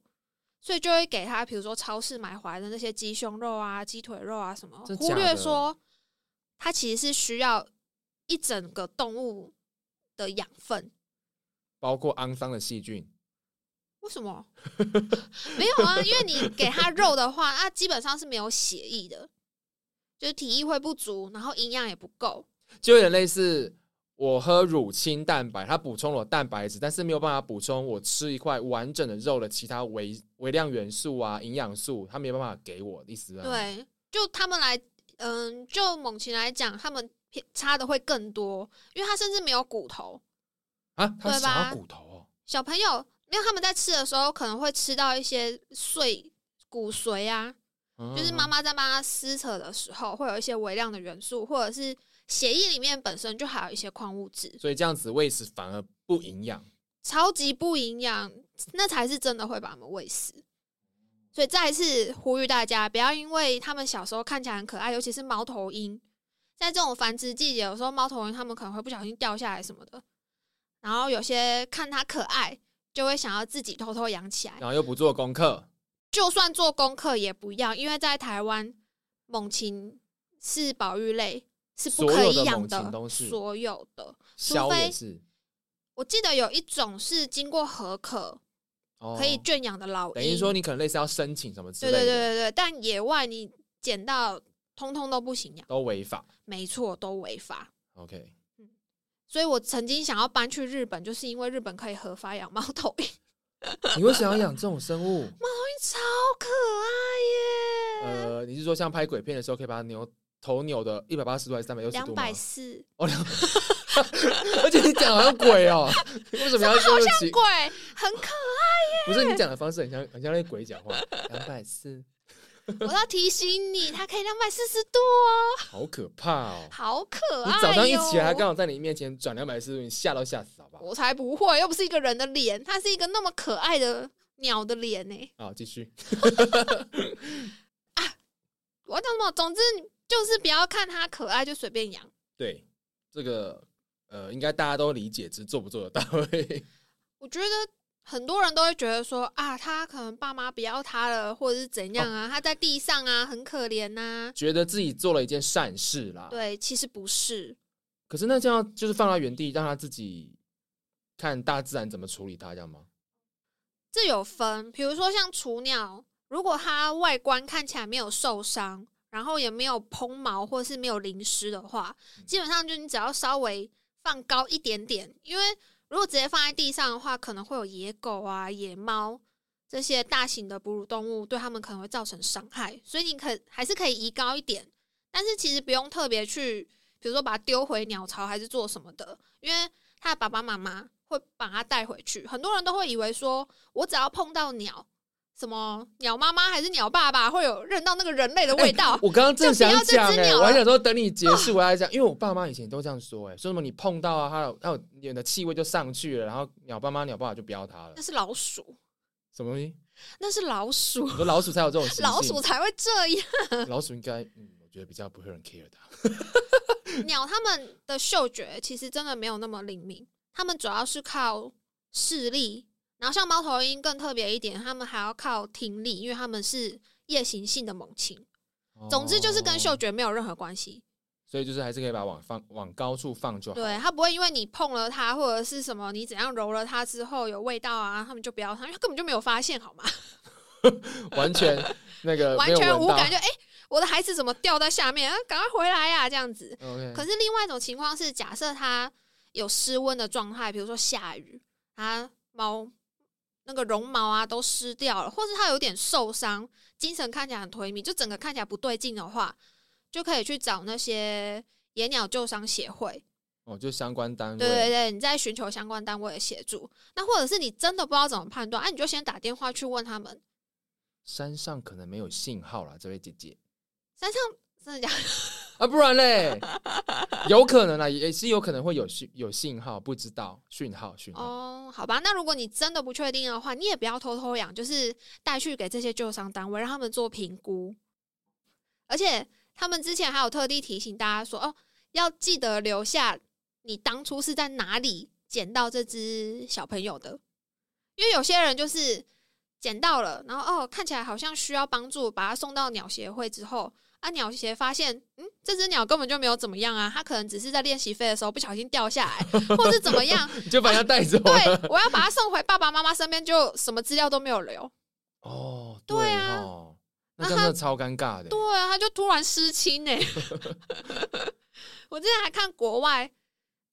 [SPEAKER 2] 所以就会给他，比如说超市买回来的那些鸡胸肉啊、鸡腿肉啊什么，
[SPEAKER 1] 真
[SPEAKER 2] 忽
[SPEAKER 1] 假
[SPEAKER 2] 略
[SPEAKER 1] 的
[SPEAKER 2] 说它其实是需要一整个动物的养分。
[SPEAKER 1] 包括肮脏的细菌，
[SPEAKER 2] 为 什么？没有啊，因为你给它肉的话，它基本上是没有血液的，就是体液会不足，然后营养也不够。
[SPEAKER 1] 就有点类似我喝乳清蛋白，它补充了我蛋白质，但是没有办法补充我吃一块完整的肉的其他微微量元素啊、营养素，它没有办法给我，意思啊，，
[SPEAKER 2] 对，就他们来，嗯，就猛禽来讲，他们偏差的会更多，因为它甚至没有骨头。
[SPEAKER 1] 啊，它
[SPEAKER 2] 对
[SPEAKER 1] 想
[SPEAKER 2] 吧
[SPEAKER 1] 要骨头、哦，
[SPEAKER 2] 小朋友没有他们在吃的时候，可能会吃到一些碎骨髓啊，
[SPEAKER 1] 嗯
[SPEAKER 2] 就是妈妈在帮他撕扯的时候，会有一些微量的元素，或者是血液里面本身就还有一些矿物质，
[SPEAKER 1] 所以这样子喂食反而不营养。
[SPEAKER 2] 超级不营养，那才是真的会把我们喂死。所以再一次呼吁大家，不要因为他们小时候看起来很可爱，尤其是猫头鹰，在这种繁殖季节，有时候猫头鹰它们可能会不小心掉下来什么的，然后有些看它可爱，就会想要自己偷偷养起来。
[SPEAKER 1] 然后又不做功课，
[SPEAKER 2] 就算做功课也不要，因为在台湾，猛禽是保育类，是不可以
[SPEAKER 1] 所
[SPEAKER 2] 养
[SPEAKER 1] 有的猛禽都是
[SPEAKER 2] 所有的。
[SPEAKER 1] 消
[SPEAKER 2] 除非
[SPEAKER 1] 也是，
[SPEAKER 2] 我记得有一种是经过合可
[SPEAKER 1] 哦
[SPEAKER 2] 可以圈养的老鹰，
[SPEAKER 1] 等于说你可能类似要申请什么之
[SPEAKER 2] 对
[SPEAKER 1] 类的，
[SPEAKER 2] 对对对对，但野外你捡到通通都不行养，
[SPEAKER 1] 都违法。
[SPEAKER 2] 没错，都违法。
[SPEAKER 1] OK，
[SPEAKER 2] 所以我曾经想要搬去日本，就是因为日本可以合法养猫头鹰，
[SPEAKER 1] 你会想要养这种生物？
[SPEAKER 2] 超可爱耶！
[SPEAKER 1] 呃，你是说像拍鬼片的时候可以把牛头扭的一百八十度还是三百六十
[SPEAKER 2] 两
[SPEAKER 1] 度吗？
[SPEAKER 2] 百四，
[SPEAKER 1] 哦，两，而且你讲得好像鬼 哦，为什么要说起？
[SPEAKER 2] 鬼很可
[SPEAKER 1] 不是你讲的方式很像，很像那鬼讲话，两百四，
[SPEAKER 2] 我要提醒你，它可以两百四十度哦，
[SPEAKER 1] 好可怕哦！
[SPEAKER 2] 好可
[SPEAKER 1] 你
[SPEAKER 2] 爱、哟！
[SPEAKER 1] 早上一起来，它刚好在你面前转两百四十度，你吓都吓死，好不好？
[SPEAKER 2] 我才不会，又不是一个人的脸，它是一个那么可爱的鸟的脸呢、
[SPEAKER 1] 好，继续。
[SPEAKER 2] 我要讲什么？总之就是不要看它可爱就随便养。
[SPEAKER 1] 对，这个呃，应该大家都理解，只是做不做得到 而已。
[SPEAKER 2] 我觉得很多人都会觉得说啊，它可能爸妈不要它了，或者是怎样啊，它在地上啊，很可怜呐、
[SPEAKER 1] 觉得自己做了一件善事啦。，
[SPEAKER 2] 对，其实不是，
[SPEAKER 1] 可是那这样就是放在原地，让他自己看大自然怎么处理它，这样吗？
[SPEAKER 2] 这有分，比如说像雏鸟，如果它外观看起来没有受伤，然后也没有蓬毛或是没有淋湿的话，基本上就你只要稍微放高一点点，因为如果直接放在地上的话，可能会有野狗啊、野猫这些大型的哺乳动物对它们可能会造成伤害，所以你可还是可以移高一点，但是其实不用特别去，比如说把它丢回鸟巢还是做什么的，因为他的爸爸妈妈会把它带回去。很多人都会以为说，我只要碰到鸟，什么鸟妈妈还是鸟爸爸，会有认到那个人类的味 道。
[SPEAKER 1] 哎我刚刚正想
[SPEAKER 2] 就不
[SPEAKER 1] 讲
[SPEAKER 2] 要这只
[SPEAKER 1] 哎、
[SPEAKER 2] 鸟了哦
[SPEAKER 1] 我还想说等你结束我再讲，因为我爸妈以前都这样说哎、说什么你碰到啊，它有它有你的气味就上去了，然后鸟爸妈鸟爸爸就不要它了
[SPEAKER 2] 那，是老鼠，
[SPEAKER 1] 什么东西？
[SPEAKER 2] 那是老鼠，
[SPEAKER 1] 你说老鼠才有这种习性，
[SPEAKER 2] 老鼠才会这样。
[SPEAKER 1] 老鼠应该嗯，我觉得比较不会有人 care 它。
[SPEAKER 2] 鸟它们的嗅觉其实真的没有那么灵敏，它们主要是靠视力。然后像猫头鹰更特别一点，它们还要靠听力，因为它们是夜行性的猛禽。总之就是跟嗅
[SPEAKER 1] 哦，
[SPEAKER 2] 觉没有任何关系。
[SPEAKER 1] 所以就是还是可以把往放往高处放就好。
[SPEAKER 2] 对，它不会因为你碰了它或者是什么，你怎样揉了它之后有味道啊，它们就不要它，因为它根本就没有发现，好吗？
[SPEAKER 1] 完 全那个呃没
[SPEAKER 2] 完
[SPEAKER 1] 有
[SPEAKER 2] 全
[SPEAKER 1] 闻
[SPEAKER 2] 无
[SPEAKER 1] 到
[SPEAKER 2] 感就，哎、我的孩子怎么掉在下面啊？赶快回来呀、这样子。
[SPEAKER 1] OK，
[SPEAKER 2] 可是另外一种情况是，假设它有失温的状态，比如说下雨，它毛那个绒毛啊都湿掉了，或是它有点受伤，精神看起来很颓靡，就整个看起来不对劲的话，就可以去找那些野鸟救伤协会。
[SPEAKER 1] 哦，就相关单位。
[SPEAKER 2] 对对对，你在寻求相关单位的协助。那或者是你真的不知道怎么判断，哎、你就先打电话去问他们。
[SPEAKER 1] 山上可能没有信号啦，这位姐姐
[SPEAKER 2] 山上真的假的？
[SPEAKER 1] 啊，不然 嘞，有可能啦，也是有可能会有信有信号，不知道讯号讯号。
[SPEAKER 2] 哦，好吧，那如果你真的不确定的话，你也不要偷偷养，就是带去给这些救伤单位，让他们做评估。而且他们之前还有特地提醒大家说，哦，要记得留下你当初是在哪里捡到这只小朋友的，因为有些人就是捡到了，然后哦，看起来好像需要帮助，把它送到鸟协会之后，啊，鸟协发现，嗯，这只鸟根本就没有怎么样啊，它可能只是在练习飞的时候不小心掉下来，或是怎么样。
[SPEAKER 1] 你就把它带走了。
[SPEAKER 2] 啊 对，我要把它送回爸爸妈妈身边，就什么资料都没有留。
[SPEAKER 1] 哦，
[SPEAKER 2] 对啊
[SPEAKER 1] 哦，那真的超尴尬的。
[SPEAKER 2] 对啊，它就突然失亲呢、 我之前还看国外，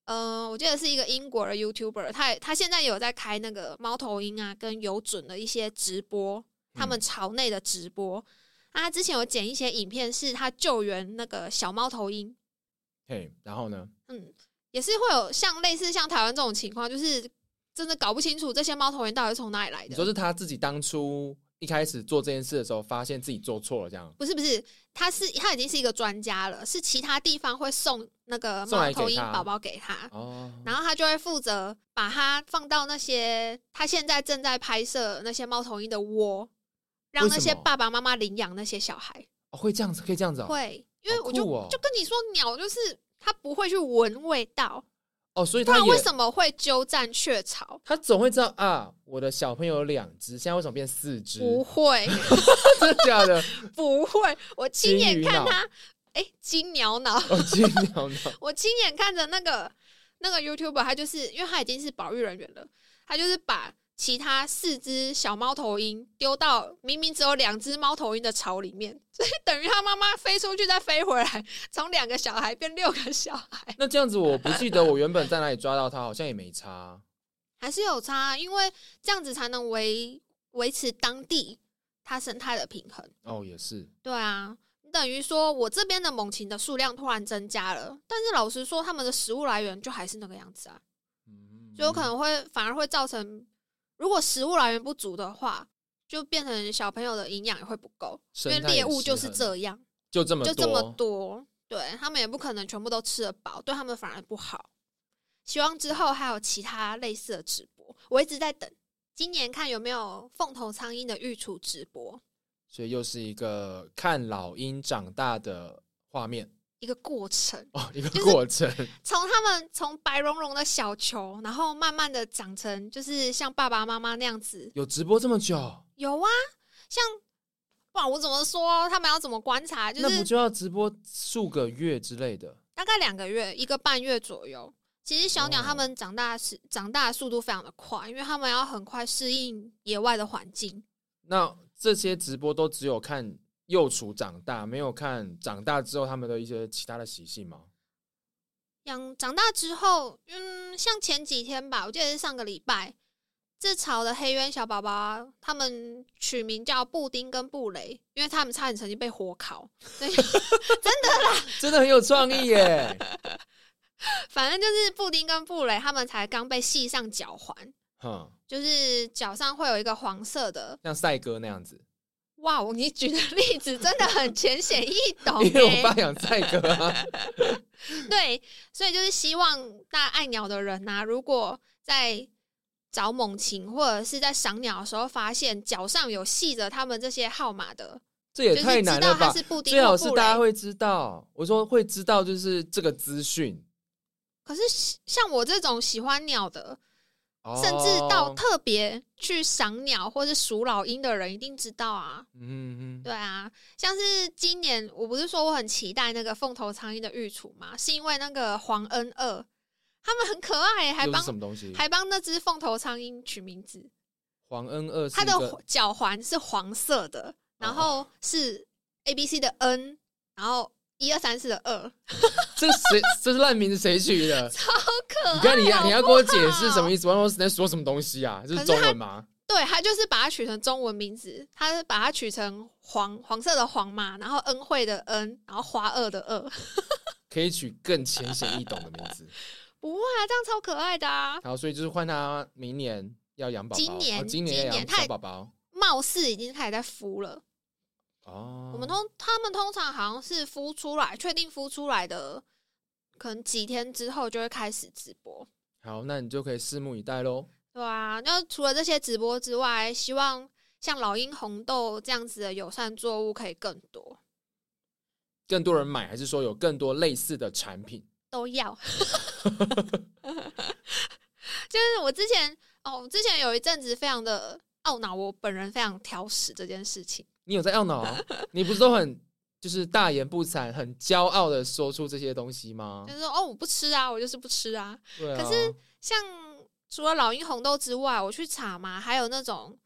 [SPEAKER 2] 嗯、我记得是一个英国的 YouTuber，他也他现在也有在开那个猫头鹰啊跟有准的一些直播，他
[SPEAKER 1] 嗯
[SPEAKER 2] 们朝内的直播。啊，他之前有剪一些影片，是他救援那个小猫头鹰，
[SPEAKER 1] 嘿，然后呢？
[SPEAKER 2] 嗯，也是会有像类似像台湾这种情况，就是真的搞不清楚这些猫头鹰到底是从哪里来
[SPEAKER 1] 你
[SPEAKER 2] 的
[SPEAKER 1] 说。是他自己当初一开始做这件事的时候，发现自己做错了，这样
[SPEAKER 2] 不是不是，他是他已经是一个专家了，是其他地方会送那个
[SPEAKER 1] 送来
[SPEAKER 2] 猫
[SPEAKER 1] 给
[SPEAKER 2] 头鹰
[SPEAKER 1] 他
[SPEAKER 2] 宝宝给他，
[SPEAKER 1] 哦。
[SPEAKER 2] 然后他就会负责把它放到那些他现在正在拍摄那些猫头鹰的窝，让
[SPEAKER 1] 为什
[SPEAKER 2] 那些
[SPEAKER 1] 么
[SPEAKER 2] 爸爸妈妈领养那些小孩。
[SPEAKER 1] 哦会这样子，可以这样子哦。
[SPEAKER 2] 会，因为
[SPEAKER 1] 好
[SPEAKER 2] 我就、
[SPEAKER 1] 酷哦
[SPEAKER 2] 就跟你说，鸟就是它不会去闻味道，
[SPEAKER 1] 哦，所以
[SPEAKER 2] 不
[SPEAKER 1] 他
[SPEAKER 2] 然啊为
[SPEAKER 1] 也
[SPEAKER 2] 什么会鸠占鹊巢？
[SPEAKER 1] 他总会知道啊，我的小朋友有两只，现在为什么变四只？
[SPEAKER 2] 不会，
[SPEAKER 1] 真的假的？
[SPEAKER 2] 不会，我亲
[SPEAKER 1] 金
[SPEAKER 2] 眼
[SPEAKER 1] 鱼
[SPEAKER 2] 看
[SPEAKER 1] 脑
[SPEAKER 2] 它，哎，金鸟脑，
[SPEAKER 1] 哦，金鸟呢？
[SPEAKER 2] 我亲眼看着那个那个 YouTuber，他就是因为他已经是保育人员了，他就是把其他四只小猫头鹰丢到明明只有两只猫头鹰的巢里面，所以等于他妈妈飞出去再飞回来，从两个小孩变六个小孩，
[SPEAKER 1] 那这样子，我不记得我原本在哪里抓到它，好像也没差。
[SPEAKER 2] 还是有差啊，因为这样子才能维维持当地它生态的平衡。
[SPEAKER 1] 哦，也是，
[SPEAKER 2] 对啊。等于说，我这边的猛禽的数量突然增加了，但是老实说，它们的食物来源就还是那个样子啊。
[SPEAKER 1] 嗯
[SPEAKER 2] 就有可能会反而会造成，如果食物来源不足的话，就变成小朋友的营养也会不够，因为
[SPEAKER 1] 生态也
[SPEAKER 2] 猎物就
[SPEAKER 1] 失
[SPEAKER 2] 是
[SPEAKER 1] 衡
[SPEAKER 2] 这样，
[SPEAKER 1] 就这么
[SPEAKER 2] 就这么
[SPEAKER 1] 多
[SPEAKER 2] 多，对他们也不可能全部都吃得饱，对他们反而不好。希望之后还有其他类似的直播，我一直在等，今年看有没有凤头苍鹰的育雏直播，
[SPEAKER 1] 所以又是一个看老鹰长大的画面
[SPEAKER 2] 一个过程，
[SPEAKER 1] 哦，一个
[SPEAKER 2] 就是
[SPEAKER 1] 过程。
[SPEAKER 2] 从他们从白茸茸的小球，然后慢慢的长成，就是像爸爸妈妈那样子
[SPEAKER 1] 有直播这么久，
[SPEAKER 2] 有啊，像不然我怎么说他们要怎么观察？就
[SPEAKER 1] 那不
[SPEAKER 2] 是
[SPEAKER 1] 就要直播数个月之类的？
[SPEAKER 2] 大概两个月、一个半月左右。其实小鸟
[SPEAKER 1] 哦
[SPEAKER 2] 它们长大时、长大的速度非常的快，因为它们要很快适应野外的环境。
[SPEAKER 1] 那这些直播都只有看幼雏长大，没有看长大之后他们的一些其他的习性吗？
[SPEAKER 2] 养长大之后，嗯，像前几天吧，我记得是上个礼拜，这巢的黑鸢小宝宝啊，它们取名叫布丁跟布雷，因为它们差点曾经被火烤。 所以
[SPEAKER 1] 真的很有创意 耶！
[SPEAKER 2] 反正就是布丁跟布雷，它们才刚被系上脚环，
[SPEAKER 1] 哼，
[SPEAKER 2] 就是脚上会有一个黄色的。
[SPEAKER 1] 像赛哥那样子，
[SPEAKER 2] 哇，哦，你举的例子真的很浅显易懂、
[SPEAKER 1] 因为我
[SPEAKER 2] 欸。
[SPEAKER 1] 爸养赛哥啊。
[SPEAKER 2] 对，所以就是希望大家爱鸟的人呐、如果在找猛禽或者是在赏鸟的时候，发现脚上有系着他们这些号码的，
[SPEAKER 1] 这
[SPEAKER 2] 就
[SPEAKER 1] 也
[SPEAKER 2] 是
[SPEAKER 1] 太难
[SPEAKER 2] 知道
[SPEAKER 1] 了
[SPEAKER 2] 它
[SPEAKER 1] 吧
[SPEAKER 2] 是！布丁
[SPEAKER 1] 最
[SPEAKER 2] 或
[SPEAKER 1] 好是
[SPEAKER 2] 布
[SPEAKER 1] 大家
[SPEAKER 2] 雷。
[SPEAKER 1] 会知道，我说会知道就是这个资讯，
[SPEAKER 2] 可是喜像我这种喜欢鸟的，
[SPEAKER 1] 哦
[SPEAKER 2] 甚至到特别去赏鸟或是数老鹰的人，一定知道啊。
[SPEAKER 1] 嗯嗯嗯
[SPEAKER 2] 对啊，像是今年我不是说我很期待那个凤头苍鹰的育雏嘛，是因为那个黄恩二他们很可爱耶，还
[SPEAKER 1] 又是
[SPEAKER 2] 帮
[SPEAKER 1] 什么东西？
[SPEAKER 2] 还帮那只凤头苍鹰取名字，
[SPEAKER 1] 黄恩二是
[SPEAKER 2] 它
[SPEAKER 1] 一
[SPEAKER 2] 的
[SPEAKER 1] 个哦
[SPEAKER 2] 环脚环是黄色的，然后是 A B C 的 N，然后一二三四的二，
[SPEAKER 1] 这谁这是烂名字谁取 的？
[SPEAKER 2] 好可爱、
[SPEAKER 1] 你看你
[SPEAKER 2] 哦。
[SPEAKER 1] 要你要跟我解释什么
[SPEAKER 2] 思？
[SPEAKER 1] 意思？王老师在说什么东西啊？这是
[SPEAKER 2] 可是
[SPEAKER 1] 中
[SPEAKER 2] 他
[SPEAKER 1] 文吗？
[SPEAKER 2] 对，他就是把它取成中文名字，他把它取成黄黄色的黄嘛，然后恩惠的恩，然后花二的二，
[SPEAKER 1] 可以取更浅显易懂的名字。
[SPEAKER 2] 不会啊，这样超可爱的啊。
[SPEAKER 1] 好，所以就是换他明年要养宝宝，
[SPEAKER 2] 今年
[SPEAKER 1] 哦今年
[SPEAKER 2] 今
[SPEAKER 1] 要
[SPEAKER 2] 年
[SPEAKER 1] 养
[SPEAKER 2] 他
[SPEAKER 1] 小宝宝
[SPEAKER 2] 貌似已经开始在孵了。
[SPEAKER 1] 哦。
[SPEAKER 2] 我们通他们通常好像是孵出来，确定孵出来的，可能几天之后就会开始直播，
[SPEAKER 1] 好，那你就可以拭目以待喽。
[SPEAKER 2] 对啊。那除了这些直播之外，希望像老鹰、红豆这样子的友善作物可以更多，
[SPEAKER 1] 更多人买，还是说有更多类似的产品？
[SPEAKER 2] 都 要。就是我之前哦，我之前有一阵子非常的懊恼我本人非常挑食这件事情。
[SPEAKER 1] 你有在懊恼啊？你不是都很就是大言不惭、很骄傲的说出这些东西吗
[SPEAKER 2] 就？是说哦，我不吃啊，我就是不吃啊。
[SPEAKER 1] 对啊，
[SPEAKER 2] 可是像除了老鹰红豆之外，我去查嘛，还有那种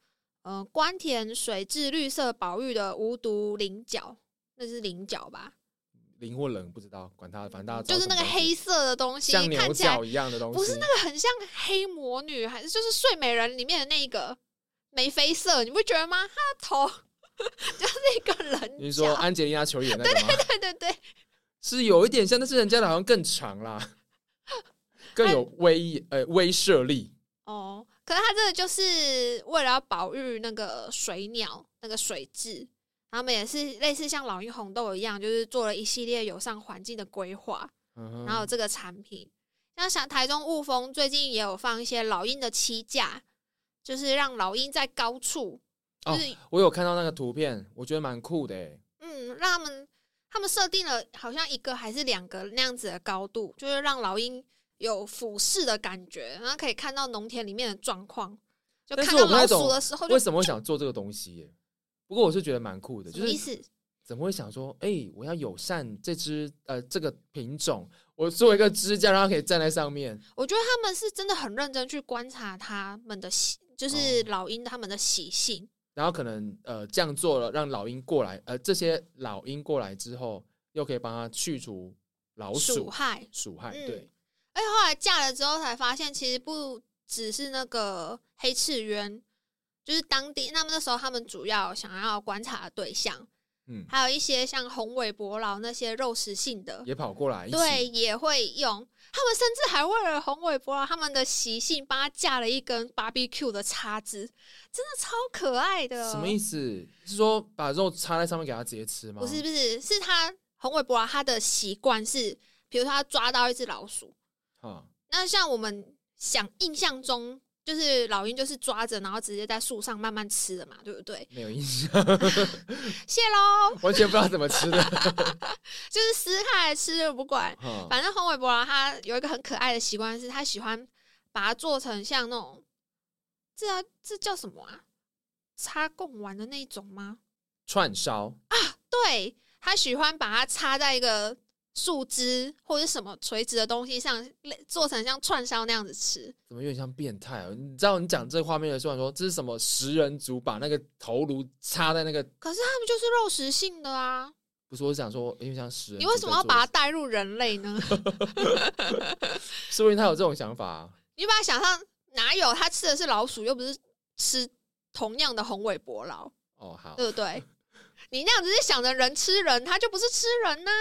[SPEAKER 2] 呃关田水质绿色保育的无毒菱角，那是菱角吧？
[SPEAKER 1] 灵或冷不知道，管他，反正大家知道
[SPEAKER 2] 就是那个
[SPEAKER 1] 什么东西
[SPEAKER 2] 黑色的东西，
[SPEAKER 1] 像牛
[SPEAKER 2] 看起来
[SPEAKER 1] 角一样的东西，
[SPEAKER 2] 不是那个很像黑魔女，还是就是睡美人里面的那一个眉飞色，你不觉得吗？她的头 就是一个人角，
[SPEAKER 1] 你是说安吉丽娜·裘演那个吗？
[SPEAKER 2] 对对对，
[SPEAKER 1] 是有一点像，但是人家的好像更长 啦，更有威呃威慑力。
[SPEAKER 2] 哦，可是他这个就是为了要保育那个水鸟那个水质，他们也是类似像老鹰红豆一样，就是做了一系列友善环境的规划，
[SPEAKER 1] 嗯
[SPEAKER 2] 然后有
[SPEAKER 1] 哼，
[SPEAKER 2] 这个产品。像像台中雾峰最近也有放一些老鹰的栖架，就是让老鹰在高处，就
[SPEAKER 1] 哦
[SPEAKER 2] 是、
[SPEAKER 1] 我有看到那个图片，我觉得蛮酷的欸。
[SPEAKER 2] 嗯，让他们他们设定了好像一个还是两个那样子的高度，就是让老鹰有俯视的感觉，然后可以看到农田里面的状况。就
[SPEAKER 1] 但是
[SPEAKER 2] 看到
[SPEAKER 1] 我不太
[SPEAKER 2] 老
[SPEAKER 1] 懂
[SPEAKER 2] 鼠的时候，就
[SPEAKER 1] 为什么会想做这个东西耶？不过我是觉得蛮酷的，
[SPEAKER 2] 什
[SPEAKER 1] 就
[SPEAKER 2] 么意
[SPEAKER 1] 是
[SPEAKER 2] 思？
[SPEAKER 1] 怎么会想说，哎、我要友善这只呃这个品种，我做一个支架，让它可以站在上面。
[SPEAKER 2] 我觉得他们是真的很认真去观察他们的习，就是
[SPEAKER 1] 哦
[SPEAKER 2] 老鹰他们的习性。
[SPEAKER 1] 然后可能呃这样做了，让老鹰过来，呃这些老鹰过来之后，又可以帮它去除老
[SPEAKER 2] 鼠
[SPEAKER 1] 鼠
[SPEAKER 2] 害，
[SPEAKER 1] 鼠害，
[SPEAKER 2] 嗯
[SPEAKER 1] 对，
[SPEAKER 2] 而且后来嫁了之后才发现，其实不只是那个黑翅鸢，就是当地他们那时候他们主要想要观察的对象，
[SPEAKER 1] 嗯，
[SPEAKER 2] 还有一些像红尾伯劳那些肉食性的，
[SPEAKER 1] 也跑过来一起，
[SPEAKER 2] 对，也会用。他们甚至还为了红尾伯劳他们的习性，帮他架了一根 barbecue 的叉子，真的超可爱的。
[SPEAKER 1] 什么意思？是说把肉插在上面给它直接吃吗？
[SPEAKER 2] 不是不是，是他红尾伯劳他的习惯是，比如说他抓到一只老鼠，
[SPEAKER 1] 啊，
[SPEAKER 2] 那像我们想印象中，就是老鹰就是抓着，然后直接在树上慢慢吃的嘛，对不对？
[SPEAKER 1] 没有印象，
[SPEAKER 2] 谢喽，
[SPEAKER 1] 完全不知道怎么 吃的。
[SPEAKER 2] 就是撕开来吃我不管。
[SPEAKER 1] 哈
[SPEAKER 2] 反正红尾伯劳它有一个很可爱的习惯，是它喜欢把它做成像那种，这啊这叫什么啊？插贡丸的那一种吗？
[SPEAKER 1] 串烧，
[SPEAKER 2] 对，他喜欢把它插在一个树枝或者什么垂直的东西上，类做成像串烧那样子吃。
[SPEAKER 1] 怎么有点像变态哦？你知道你讲这画面的时候，你说这是什么食人族把那个头颅插在那个？
[SPEAKER 2] 可是它们就是肉食性的啊，
[SPEAKER 1] 不是，我想说，因为像食人，
[SPEAKER 2] 你为什么要把它？带入人类呢？
[SPEAKER 1] 说不定他有这种想法啊、
[SPEAKER 2] 你把它想象哪有它吃的是老鼠，又不是吃同样的红尾伯劳，
[SPEAKER 1] 哦，好
[SPEAKER 2] 对不对？你那样子是想着人吃人，它就不是吃人呐、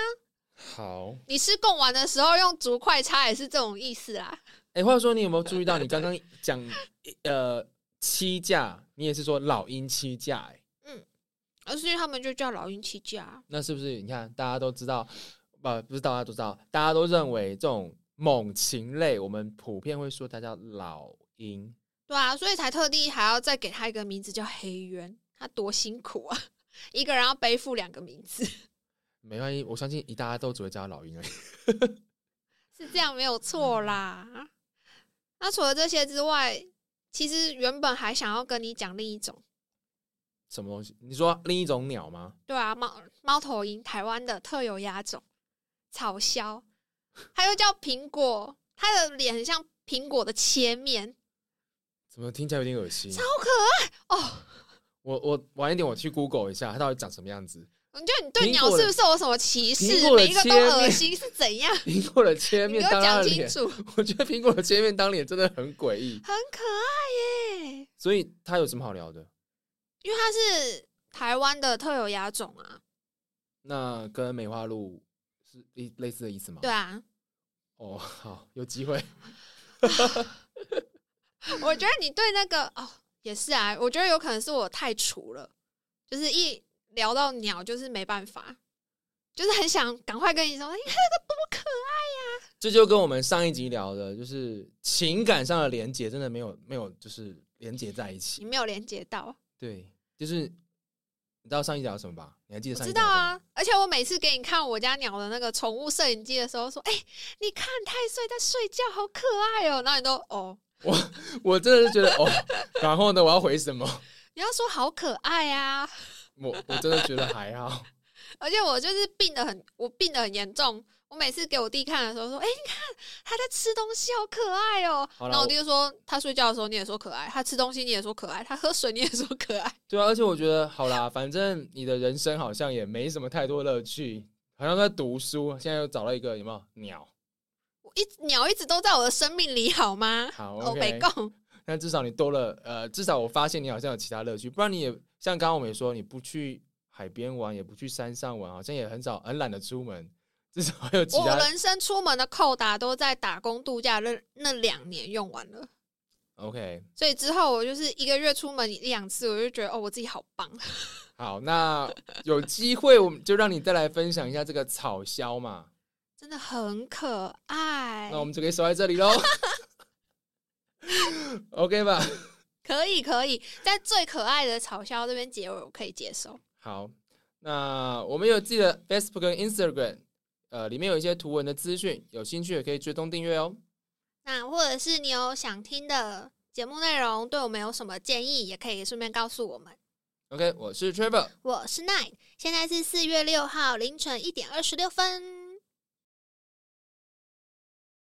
[SPEAKER 1] 好。
[SPEAKER 2] 你吃贡丸的时候用竹筷叉也是这种意思啦。
[SPEAKER 1] 哎、话说你有没有注意到，你刚刚讲呃七架，你也是说老鹰七架、欸？
[SPEAKER 2] 而是因为他们就叫老鹰起架，
[SPEAKER 1] 那是不是你看大家都知道，呃，不是大家都知道，大家都认为这种猛禽类，我们普遍会说它叫老鹰。
[SPEAKER 2] 对啊，所以才特地还要再给它一个名字叫黑渊，它多辛苦啊！ 一个人要背负两个名字，
[SPEAKER 1] 没关系，我相信一大家都只会叫它老鹰而已。
[SPEAKER 2] 是这样没有
[SPEAKER 1] 嗯
[SPEAKER 2] 错啦。那除了这些之外，其实原本还想要跟你讲另一种。
[SPEAKER 1] 什么东西？你说另一种鸟吗？
[SPEAKER 2] 对啊，猫猫头鹰，台湾的特有亚种，草鸮，它又叫苹果，它的脸很像苹果的切面，
[SPEAKER 1] 怎么听起来有点恶心？啊
[SPEAKER 2] 好可爱哦！
[SPEAKER 1] 我我晚一点我去 Google 一下，它到底长什么样子？
[SPEAKER 2] 你觉得你对
[SPEAKER 1] 苹
[SPEAKER 2] 鸟
[SPEAKER 1] 果的
[SPEAKER 2] 是不是有什么歧视
[SPEAKER 1] 苹？果的
[SPEAKER 2] 每一个都
[SPEAKER 1] 切面
[SPEAKER 2] 恶心是怎样？
[SPEAKER 1] 苹果的切
[SPEAKER 2] 你
[SPEAKER 1] 面
[SPEAKER 2] 给
[SPEAKER 1] 当
[SPEAKER 2] 我
[SPEAKER 1] 它
[SPEAKER 2] 讲
[SPEAKER 1] 的
[SPEAKER 2] 清
[SPEAKER 1] 脸，
[SPEAKER 2] 楚，
[SPEAKER 1] 我觉得苹果的切面当脸真的很诡异。
[SPEAKER 2] 很可爱耶！
[SPEAKER 1] 所以它有什么好聊的？
[SPEAKER 2] 因为它是台湾的特有亚种啊，
[SPEAKER 1] 那跟梅花鹿是一类似的意思吗？
[SPEAKER 2] 对。啊，
[SPEAKER 1] 哦，好，有机会。
[SPEAKER 2] 我觉得你对那个哦也是啊，我觉得有可能是我太厨了，就是一聊到鸟就是没办法，就是很想赶快跟你说，你哎看那个多可
[SPEAKER 1] 这就跟我们上一集聊的，就是情感上的连接，真的没有没有，就是连接在一
[SPEAKER 2] 你
[SPEAKER 1] 起。
[SPEAKER 2] 没有连接到，
[SPEAKER 1] 对，就是你知道上一集聊什么吧？你还记得
[SPEAKER 2] 我
[SPEAKER 1] 上
[SPEAKER 2] 知
[SPEAKER 1] 一集聊
[SPEAKER 2] 道
[SPEAKER 1] 什么？
[SPEAKER 2] 啊。而且我每次给你看我家鸟的那个宠物摄影机的时候，说，哎、你看太岁在睡觉，好可爱哦、然后你都哦，
[SPEAKER 1] 我真的是觉得哦，然后呢，我要回什么？
[SPEAKER 2] 你要说好可爱啊！
[SPEAKER 1] 我我真的觉得还好。
[SPEAKER 2] 而且我就是病得很，我病得很严重。我每次给我弟看的时候说：“哎、你看他在吃东西，好可爱哦、
[SPEAKER 1] 好啦
[SPEAKER 2] 然后我弟就说：“他睡觉的时候你也说可爱，他吃东西你也说可爱，他喝水你也说可爱。
[SPEAKER 1] 对啊，而且我觉得好啦，反正你的人生好像也没什么太多乐趣，好像在读书。现在又找到一个有没有鸟？
[SPEAKER 2] 我一鸟一直都在我的生命里，好吗？
[SPEAKER 1] 好
[SPEAKER 2] 哦，
[SPEAKER 1] ，OK
[SPEAKER 2] 北。贡，
[SPEAKER 1] 那至少你多了，呃，至少我发现你好像有其他乐趣，不然你也像刚刚我们也说，你不去海边玩，也不去山上玩，好像也很少，很懒得出门。至少还有其
[SPEAKER 2] 我
[SPEAKER 1] 他
[SPEAKER 2] 人生出门的扣打都在打工度假那那两年用完了，
[SPEAKER 1] OK，
[SPEAKER 2] 所以之后我就是一个月出门一两次，我就觉得哦，我自己好棒。
[SPEAKER 1] 好，那有机会我们就让你再来分享一下这个草鸮嘛。
[SPEAKER 2] 真的很可爱
[SPEAKER 1] 那，我们就可以守在这里喽。OK 吧，
[SPEAKER 2] 可以可以，在最可爱的草鸮这边结尾，我可以接受。
[SPEAKER 1] 好，那我们有自己的 Facebook 跟 Instagram，呃，里面有一些图文的资讯，有兴趣也可以追踪订阅哦。
[SPEAKER 2] 那或者是你有想听的节目内容，对我们有什么建议，也可以顺便告诉我们。
[SPEAKER 1] OK，我是 Trevor，
[SPEAKER 2] 我是 Nine，现在是四月六号凌晨一点二十六分。